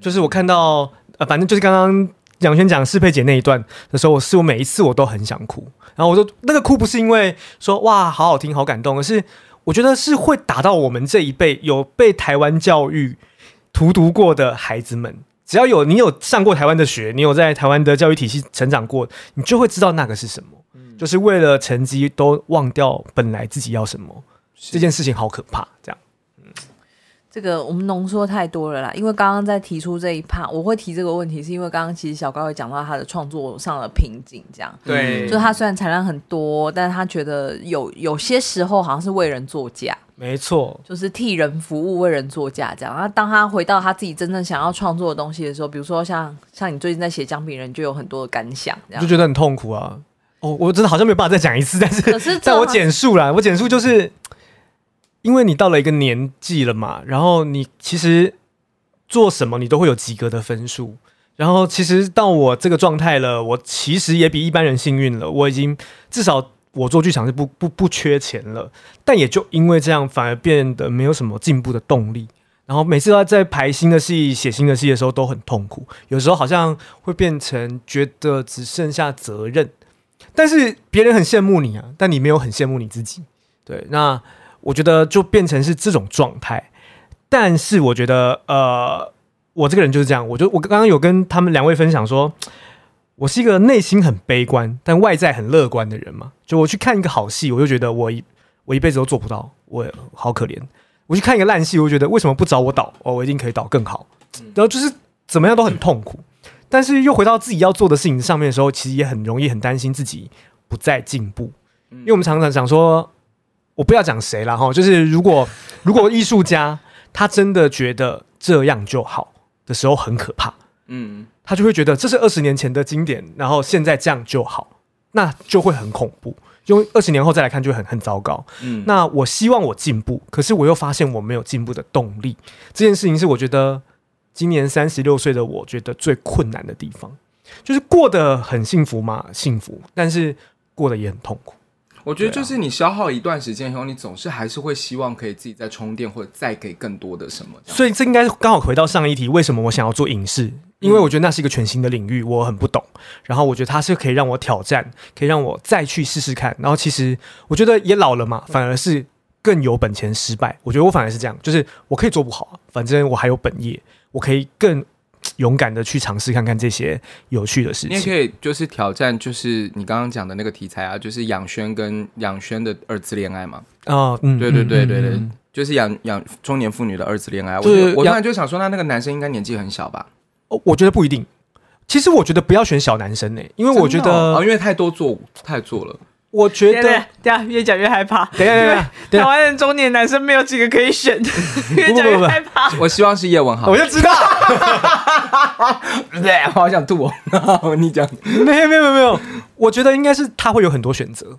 Speaker 2: 就是我看到呃，反正就是刚刚杨轩讲适配姐那一段的时候，我是我每一次我都很想哭。然后我就那个哭不是因为说哇好好听好感动，而是我觉得是会打到我们这一辈有被台湾教育荼毒过的孩子们。只要有你有上过台湾的学，你有在台湾的教育体系成长过，你就会知道那个是什么。就是为了成绩都忘掉本来自己要什么，这件事情好可怕。这样，
Speaker 1: 这个我们浓缩太多了啦，因为刚刚在提出这一趴，我会提这个问题，是因为刚刚其实小高也讲到他的创作上的瓶颈，这样，
Speaker 3: 对
Speaker 1: 就他虽然产量很多，但是他觉得有有些时候好像是为人作嫁，
Speaker 2: 没错，
Speaker 1: 就是替人服务、为人作嫁这样。那当他回到他自己真正想要创作的东西的时候，比如说像像你最近在写《姜饼人》，就有很多的感想这
Speaker 2: 我就
Speaker 1: 样。
Speaker 2: 觉得很痛苦啊。哦，我真的好像没有办法再讲一次，但
Speaker 1: 可
Speaker 2: 是
Speaker 1: 是这啊
Speaker 2: 在我
Speaker 1: 好像
Speaker 2: 简述啦，我简述就是，因为你到了一个年纪了嘛，然后你其实做什么你都会有及格的分数。然后其实到我这个状态了，我其实也比一般人幸运了，我已经至少我做剧场是不不不缺钱了，但也就因为这样，反而变得没有什么进步的动力。然后每次都在排新的戏、写新的戏的时候都很痛苦，有时候好像会变成觉得只剩下责任，但是别人很羡慕你啊，但你没有很羡慕你自己。对，那我觉得就变成是这种状态。但是我觉得，呃，我这个人就是这样，我就我刚刚有跟他们两位分享说，我是一个内心很悲观，但外在很乐观的人嘛。就我去看一个好戏，我就觉得我一我一辈子都做不到，我好可怜。我去看一个烂戏，我就觉得为什么不找我导？哦，我一定可以导更好。然后就是怎么样都很痛苦，但是又回到自己要做的事情上面的时候，其实也很容易很担心自己不再进步，因为我们常常想说，我不要讲谁了哈，就是如果如果艺术家他真的觉得这样就好的时候，很可怕。
Speaker 3: 嗯，
Speaker 2: 他就会觉得这是二十年前的经典，然后现在这样就好，那就会很恐怖，因为二十年后再来看就会很很糟糕。
Speaker 3: 嗯
Speaker 2: 嗯，那我希望我进步，可是我又发现我没有进步的动力，这件事情是我觉得今年三十六岁的我觉得最困难的地方，就是过得很幸福嘛，幸福，但是过得也很痛苦。
Speaker 3: 我觉得就是你消耗一段时间以后，你总是还是会希望可以自己再充电，或者再给更多的什么这样。
Speaker 2: 所以这应该刚好回到上一题，为什么我想要做影视？因
Speaker 3: 嗯
Speaker 2: 为我觉得那是一个全新的领域，我很不懂。然后我觉得它是可以让我挑战，可以让我再去试试看。然后其实我觉得也老了嘛，反而是更有本钱失败。我觉得我反而是这样，就是我可以做不好啊，反正我还有本业，我可以更嘖勇敢的去尝试看看这些有趣的事
Speaker 3: 你也
Speaker 2: 情。
Speaker 3: 可以就是挑战，就是你刚刚讲的那个题材啊，就是杨轩跟杨轩的二次恋爱嘛。
Speaker 2: 啊、嗯，
Speaker 3: 对对对对
Speaker 2: 嗯
Speaker 3: 对，
Speaker 2: 嗯嗯
Speaker 3: 就是养养中年妇女的二次恋爱。我
Speaker 2: 就是
Speaker 3: 就我突
Speaker 2: 养
Speaker 3: 然就想说，那那个男生应该年纪很小吧？
Speaker 2: 哦我觉得不一定。其实我觉得不要选小男生呢、欸因为我觉
Speaker 3: 真的哦哦
Speaker 2: 得，
Speaker 3: 因为太多做太做了。
Speaker 2: 我觉
Speaker 1: 对
Speaker 2: 得，
Speaker 1: 对，等一下越讲越害 <laughs> 怕。
Speaker 2: 等一
Speaker 3: <laughs>
Speaker 2: 下，等一下，
Speaker 1: 台
Speaker 2: 等一下，
Speaker 1: 湾人中年男生没有几个可以选，越讲越害怕。
Speaker 3: 我希望是叶文豪
Speaker 2: 我。就知道。
Speaker 3: 对，我好想吐哦！ <laughs> 你讲，
Speaker 2: <laughs> 没有没有没有没有，我觉得应该是他会有很多选择，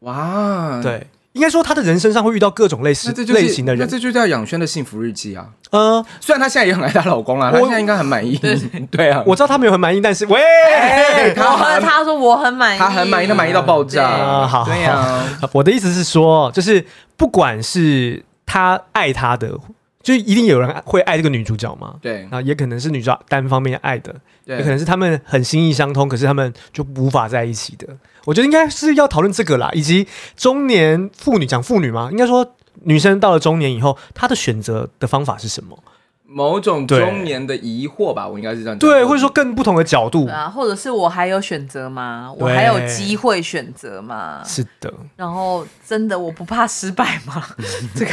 Speaker 3: 哇，，
Speaker 2: 对，应该说他的人身上会遇到各种类似
Speaker 3: 嗯那这就是
Speaker 2: 类型的
Speaker 3: 那
Speaker 2: 人
Speaker 3: 这，就叫养轩的幸福日记啊。
Speaker 2: 呃，
Speaker 3: 虽然她现在也很爱她老公啦，她
Speaker 2: 我
Speaker 3: 现在应该很满意。 <laughs> 对啊，
Speaker 2: 我知道他没有很满意，但是喂，
Speaker 3: 哎
Speaker 1: 我
Speaker 3: 她
Speaker 1: 和
Speaker 3: 很
Speaker 1: 他说我很满意，
Speaker 3: 她很满意，她满意到爆炸。
Speaker 2: 啊好
Speaker 3: 对呀，
Speaker 2: 我的意思是说，就是不管是他爱他的，就一定有人会爱这个女主角嘛，
Speaker 3: 对
Speaker 2: 啊，也可能是女主角单方面爱的，也可
Speaker 3: 嗯对
Speaker 2: 能是他们很心意相通，可是他们就无法在一起的。我觉得应该是要讨论这个啦，以及中年妇女讲妇女嘛，应该说女生到了中年以后，她的选择的方法是什么？
Speaker 3: 某种
Speaker 2: 对
Speaker 3: 中年的疑惑吧，我应该是这样讲。
Speaker 2: 对，或者说更不同的角度
Speaker 1: 对。啊，或者是我还有选择吗？我还有机会选择吗？
Speaker 2: 是的，
Speaker 1: 然后真的我不怕失败吗？ <laughs> 这个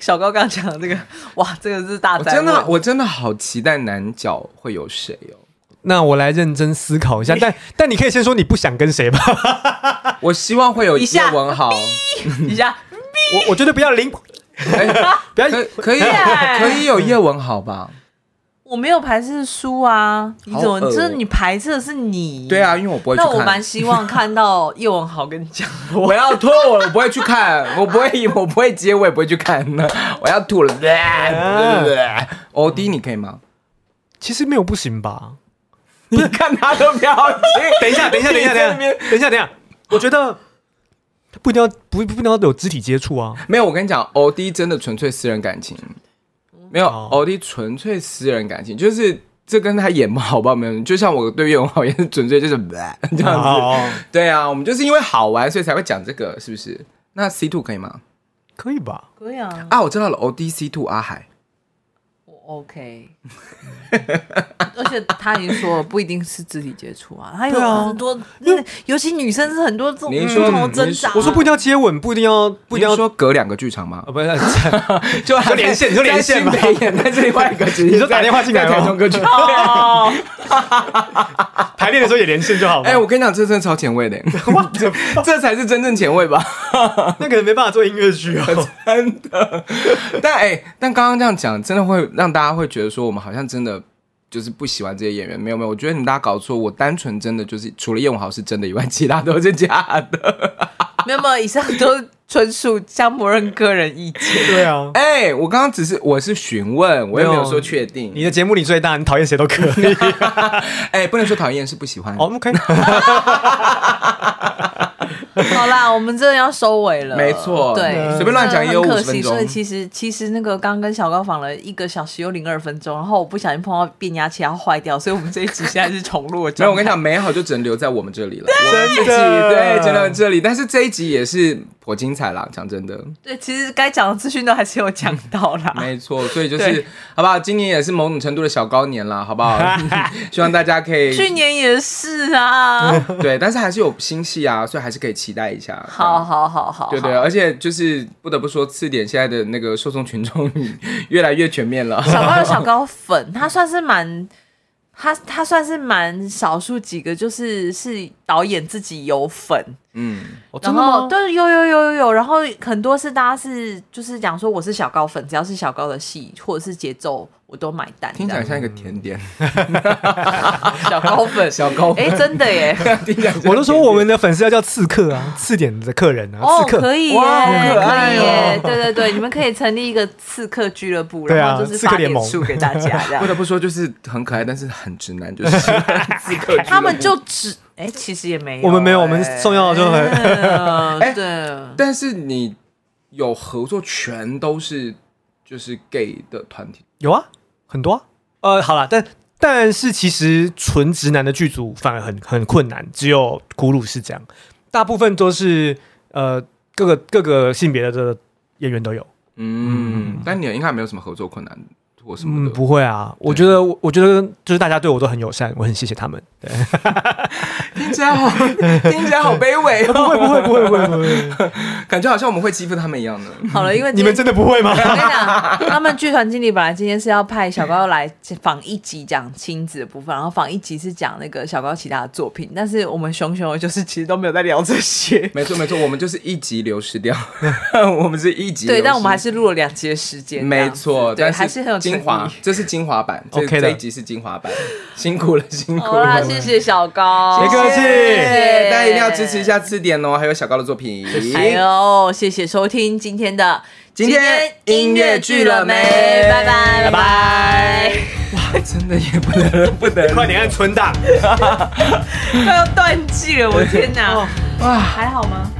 Speaker 1: 小高刚讲的这个，哇，这个是大
Speaker 3: 我
Speaker 1: 灾
Speaker 3: 真
Speaker 1: 问
Speaker 3: 的我真的好期待男角会有谁哦。
Speaker 2: 那我来认真思考一
Speaker 3: <laughs>
Speaker 2: 下。但但你可以先说你不想跟谁吧。
Speaker 3: 我希望会有
Speaker 1: 一
Speaker 3: 叶
Speaker 1: 下
Speaker 3: 文
Speaker 2: <laughs>
Speaker 3: 豪，
Speaker 1: 一下，
Speaker 2: 我我觉得不要零，
Speaker 3: 哎
Speaker 2: 不要 <laughs>
Speaker 3: 可可以
Speaker 1: 耶
Speaker 3: 可以有叶文豪吧？
Speaker 1: 我没有排斥书啊，你怎么？
Speaker 3: 好恶
Speaker 1: 就
Speaker 3: 哦
Speaker 1: 是你排斥的是你。
Speaker 3: 对啊，因为我不会去
Speaker 1: 那
Speaker 3: 看。
Speaker 1: 我蛮希望看到叶文豪跟蒋博。
Speaker 3: <laughs> 我要吐了，我不会去看， <laughs> 我不会，我不会接，我也不会去看的，我要
Speaker 2: <laughs>
Speaker 3: 吐了。 <laughs> 欧弟，你可以吗？
Speaker 2: 其实没有不行
Speaker 3: <laughs>
Speaker 2: 吧？
Speaker 3: 你看他的表情，
Speaker 2: 等一下，等一下，等一下，
Speaker 3: <laughs> 你在那
Speaker 2: 等
Speaker 3: 边
Speaker 2: 一下，等一下，等一下，我觉得不一定要不不一定要有肢体接触
Speaker 3: <laughs>
Speaker 2: 啊。
Speaker 3: 没有，我跟你讲，欧弟真的纯粹私人感情，没有，
Speaker 2: 哦
Speaker 3: 欧弟纯粹私人感情，就是这跟他演不好吧没有，就像我对岳文豪也是纯粹就是 <laughs> 这样子。
Speaker 2: 哦，
Speaker 3: 对啊，我们就是因为好玩，所以才会讲这个，是不是？那 C two 可以吗？
Speaker 2: 可以吧？
Speaker 1: 可以啊，
Speaker 3: 啊，我知道了，欧弟 C two 阿海，
Speaker 1: 我 OK。而且他已经说了，不一定是肢体接触啊，还有
Speaker 2: 对啊
Speaker 1: 很多，那尤其女生是很多这种
Speaker 3: 您
Speaker 1: 无
Speaker 3: 说
Speaker 1: 头
Speaker 3: 嗯
Speaker 1: 挣
Speaker 3: 您说
Speaker 1: 扎。啊
Speaker 2: 我说不一定要接吻，不一定要不
Speaker 3: 不
Speaker 2: 一定
Speaker 3: 要
Speaker 2: 要
Speaker 3: 说隔两个剧
Speaker 2: <laughs>
Speaker 3: 场吗
Speaker 2: 啊，？不
Speaker 3: <laughs>
Speaker 2: 是
Speaker 3: 就
Speaker 2: 说连线你说连线吧
Speaker 3: 在新北演，但是另外一个只是
Speaker 2: 你说打电话进来
Speaker 3: 在
Speaker 2: 吗
Speaker 3: 台中歌曲。
Speaker 1: 哦，
Speaker 2: 排练的时候也连线就好了。 <laughs>
Speaker 3: 哎，我跟你讲，这真的超前卫的，这才是真正前卫吧？
Speaker 2: 那可能没办法做音乐剧
Speaker 3: <laughs> 啊
Speaker 2: 哦。
Speaker 3: 真的。 <laughs> 但哎，但刚刚这样讲，真的会让大家会觉得说，我们好像真的。就是不喜欢这些演员，没有没有，我觉得你们大家搞错，我单纯真的就是除了叶文豪是真的以外， <laughs> 其他都是假的。
Speaker 1: <laughs> 没有没有，以上都是纯属江博任个人意见。
Speaker 2: 对啊，
Speaker 3: 哎、我刚刚只是我是询问，我也没有说确定。
Speaker 2: 你的节目里最大，你讨厌谁都可以。
Speaker 3: 哎、不能说讨厌，是不喜欢。
Speaker 2: 哦 <laughs> OK，
Speaker 1: 好啦，我们真的要收尾了。
Speaker 3: 没错
Speaker 1: 对
Speaker 2: 嗯，
Speaker 3: 随便乱讲也有
Speaker 1: 真的很
Speaker 3: 50分
Speaker 1: 可惜
Speaker 3: 钟
Speaker 1: 所以其实其实那个刚跟小高访了一个小时又零二分钟，然后我不小心碰到变压器，它坏掉，所以我们这一集现在是重录的状
Speaker 3: 没 <laughs>
Speaker 1: 态。
Speaker 3: 有，我跟你讲，美好就只能留在我们这里了。我们自
Speaker 2: 真
Speaker 3: 己
Speaker 2: 的
Speaker 3: 对，只能留在这里。但是这一集也是颇精彩啦，讲真的，
Speaker 1: 对，其实该讲的资讯都还是有讲到
Speaker 2: 啊
Speaker 1: 啦。
Speaker 3: <laughs> 没错。所
Speaker 2: <laughs>
Speaker 3: 以就是
Speaker 1: 对，
Speaker 3: 好不好？今年也是某种程度的小高年啦，好
Speaker 2: <laughs>
Speaker 3: 不 <laughs> 好？希望大家可
Speaker 1: 去
Speaker 3: 以
Speaker 1: 年也是
Speaker 3: <laughs>
Speaker 1: 啊， <laughs>
Speaker 3: 对，但是还是有新戏啊，所以还是可以期待一下。
Speaker 1: 好。好好好，
Speaker 3: 对啊对，
Speaker 1: 好。
Speaker 3: 而且就是不得不说，次点现在的那个受众群众越来越全面了。
Speaker 1: 小高有小高粉，他算是蛮。他他算是蛮少数几个，就是是导演自己有粉，
Speaker 3: 嗯，
Speaker 2: 哦
Speaker 1: 然后对，有有有有有，然后很多是大家是就是讲说我是小高粉，只要是小高的戏或者是节奏，我都买单。
Speaker 3: 听起来
Speaker 1: 这样
Speaker 3: 像一个甜点，
Speaker 1: 小高粉，
Speaker 3: <laughs> 小高
Speaker 1: 哎，真的
Speaker 2: <laughs>
Speaker 1: 耶，
Speaker 3: 听起来像
Speaker 2: 我都说
Speaker 3: 甜点
Speaker 2: 我们的粉丝要叫刺客
Speaker 1: <laughs>
Speaker 2: 啊，刺点的客人啊，
Speaker 1: 哦，
Speaker 2: 刺客。
Speaker 1: 可以耶，
Speaker 3: 哇好可
Speaker 1: 可
Speaker 3: 爱
Speaker 1: 以
Speaker 3: 哦
Speaker 1: 耶，对对对，你们可以成立一个刺客俱乐部，
Speaker 2: 对啊
Speaker 1: 然后就是
Speaker 2: 刺客
Speaker 1: 发
Speaker 2: 联
Speaker 1: 点
Speaker 2: 盟
Speaker 1: 数给大家
Speaker 2: <laughs>
Speaker 1: 这
Speaker 3: 不
Speaker 1: 样。
Speaker 3: 得不说，就是很可爱，但是很直男，就是 <laughs> 自客
Speaker 1: 他们就只哎，其实也没有，
Speaker 2: 我们没有我们宋耀就很
Speaker 1: 很 <laughs>
Speaker 3: 哎
Speaker 1: 对。
Speaker 3: 但是你有合作，全都是就是 gay 的团体，
Speaker 2: 有啊，很多啊。呃，好了，但但是其实纯直男的剧组反而很很困难，只有古鲁是这样，大部分都是呃各个各个性别的演员都有。
Speaker 3: 嗯，但你应该没有什么合作困难或什么
Speaker 2: 嗯，
Speaker 3: 的。
Speaker 2: 不会啊，我觉得我我觉得就是大家对我都很友善，我很谢谢他们。对，
Speaker 3: 听起来好， <laughs> 听起来好卑微
Speaker 2: <laughs> 不
Speaker 3: 哦，
Speaker 2: 会不会不会不会不会，
Speaker 3: 感觉好像我们会欺负他们
Speaker 1: <laughs>
Speaker 3: 一样的。
Speaker 1: 好了，因为
Speaker 2: <laughs> 你
Speaker 1: 今
Speaker 2: 们
Speaker 1: 天
Speaker 2: 真的不会吗？
Speaker 1: 我跟你讲，他们剧团经理本来今天是要派小高来访一集讲亲子的部分，然后访一集是讲那个小高其他的作品，但是我们熊熊就是其实都没有在聊这 <laughs> 些。
Speaker 3: 没错没错，我们就是一集流失掉， <laughs> 我们是一集流
Speaker 1: 对，
Speaker 3: 失。
Speaker 1: 但我们还是录了两集的时间，这
Speaker 3: 没
Speaker 1: 样子
Speaker 3: 错，
Speaker 1: 对，
Speaker 3: 但
Speaker 1: 还是很有诚意
Speaker 3: 精华，。这是精华版
Speaker 2: OK
Speaker 3: 这
Speaker 2: 的
Speaker 3: 这一集是精华版，辛苦了辛苦
Speaker 1: 好啦，
Speaker 3: 了，
Speaker 1: 谢谢小高，
Speaker 2: 没客气
Speaker 3: 对大家一定要支持一。下字典哦，还有小高的作品。
Speaker 1: 还有，哎谢谢收听今天的
Speaker 3: 今天音乐剧了没
Speaker 1: 拜拜
Speaker 3: 拜拜
Speaker 1: <laughs> 拜
Speaker 3: <laughs> 真的也不能不
Speaker 2: <laughs>
Speaker 3: 能
Speaker 2: 快点按存档。
Speaker 1: 拜，快要断气了，我天哪！
Speaker 3: 哇！
Speaker 1: 还好吗？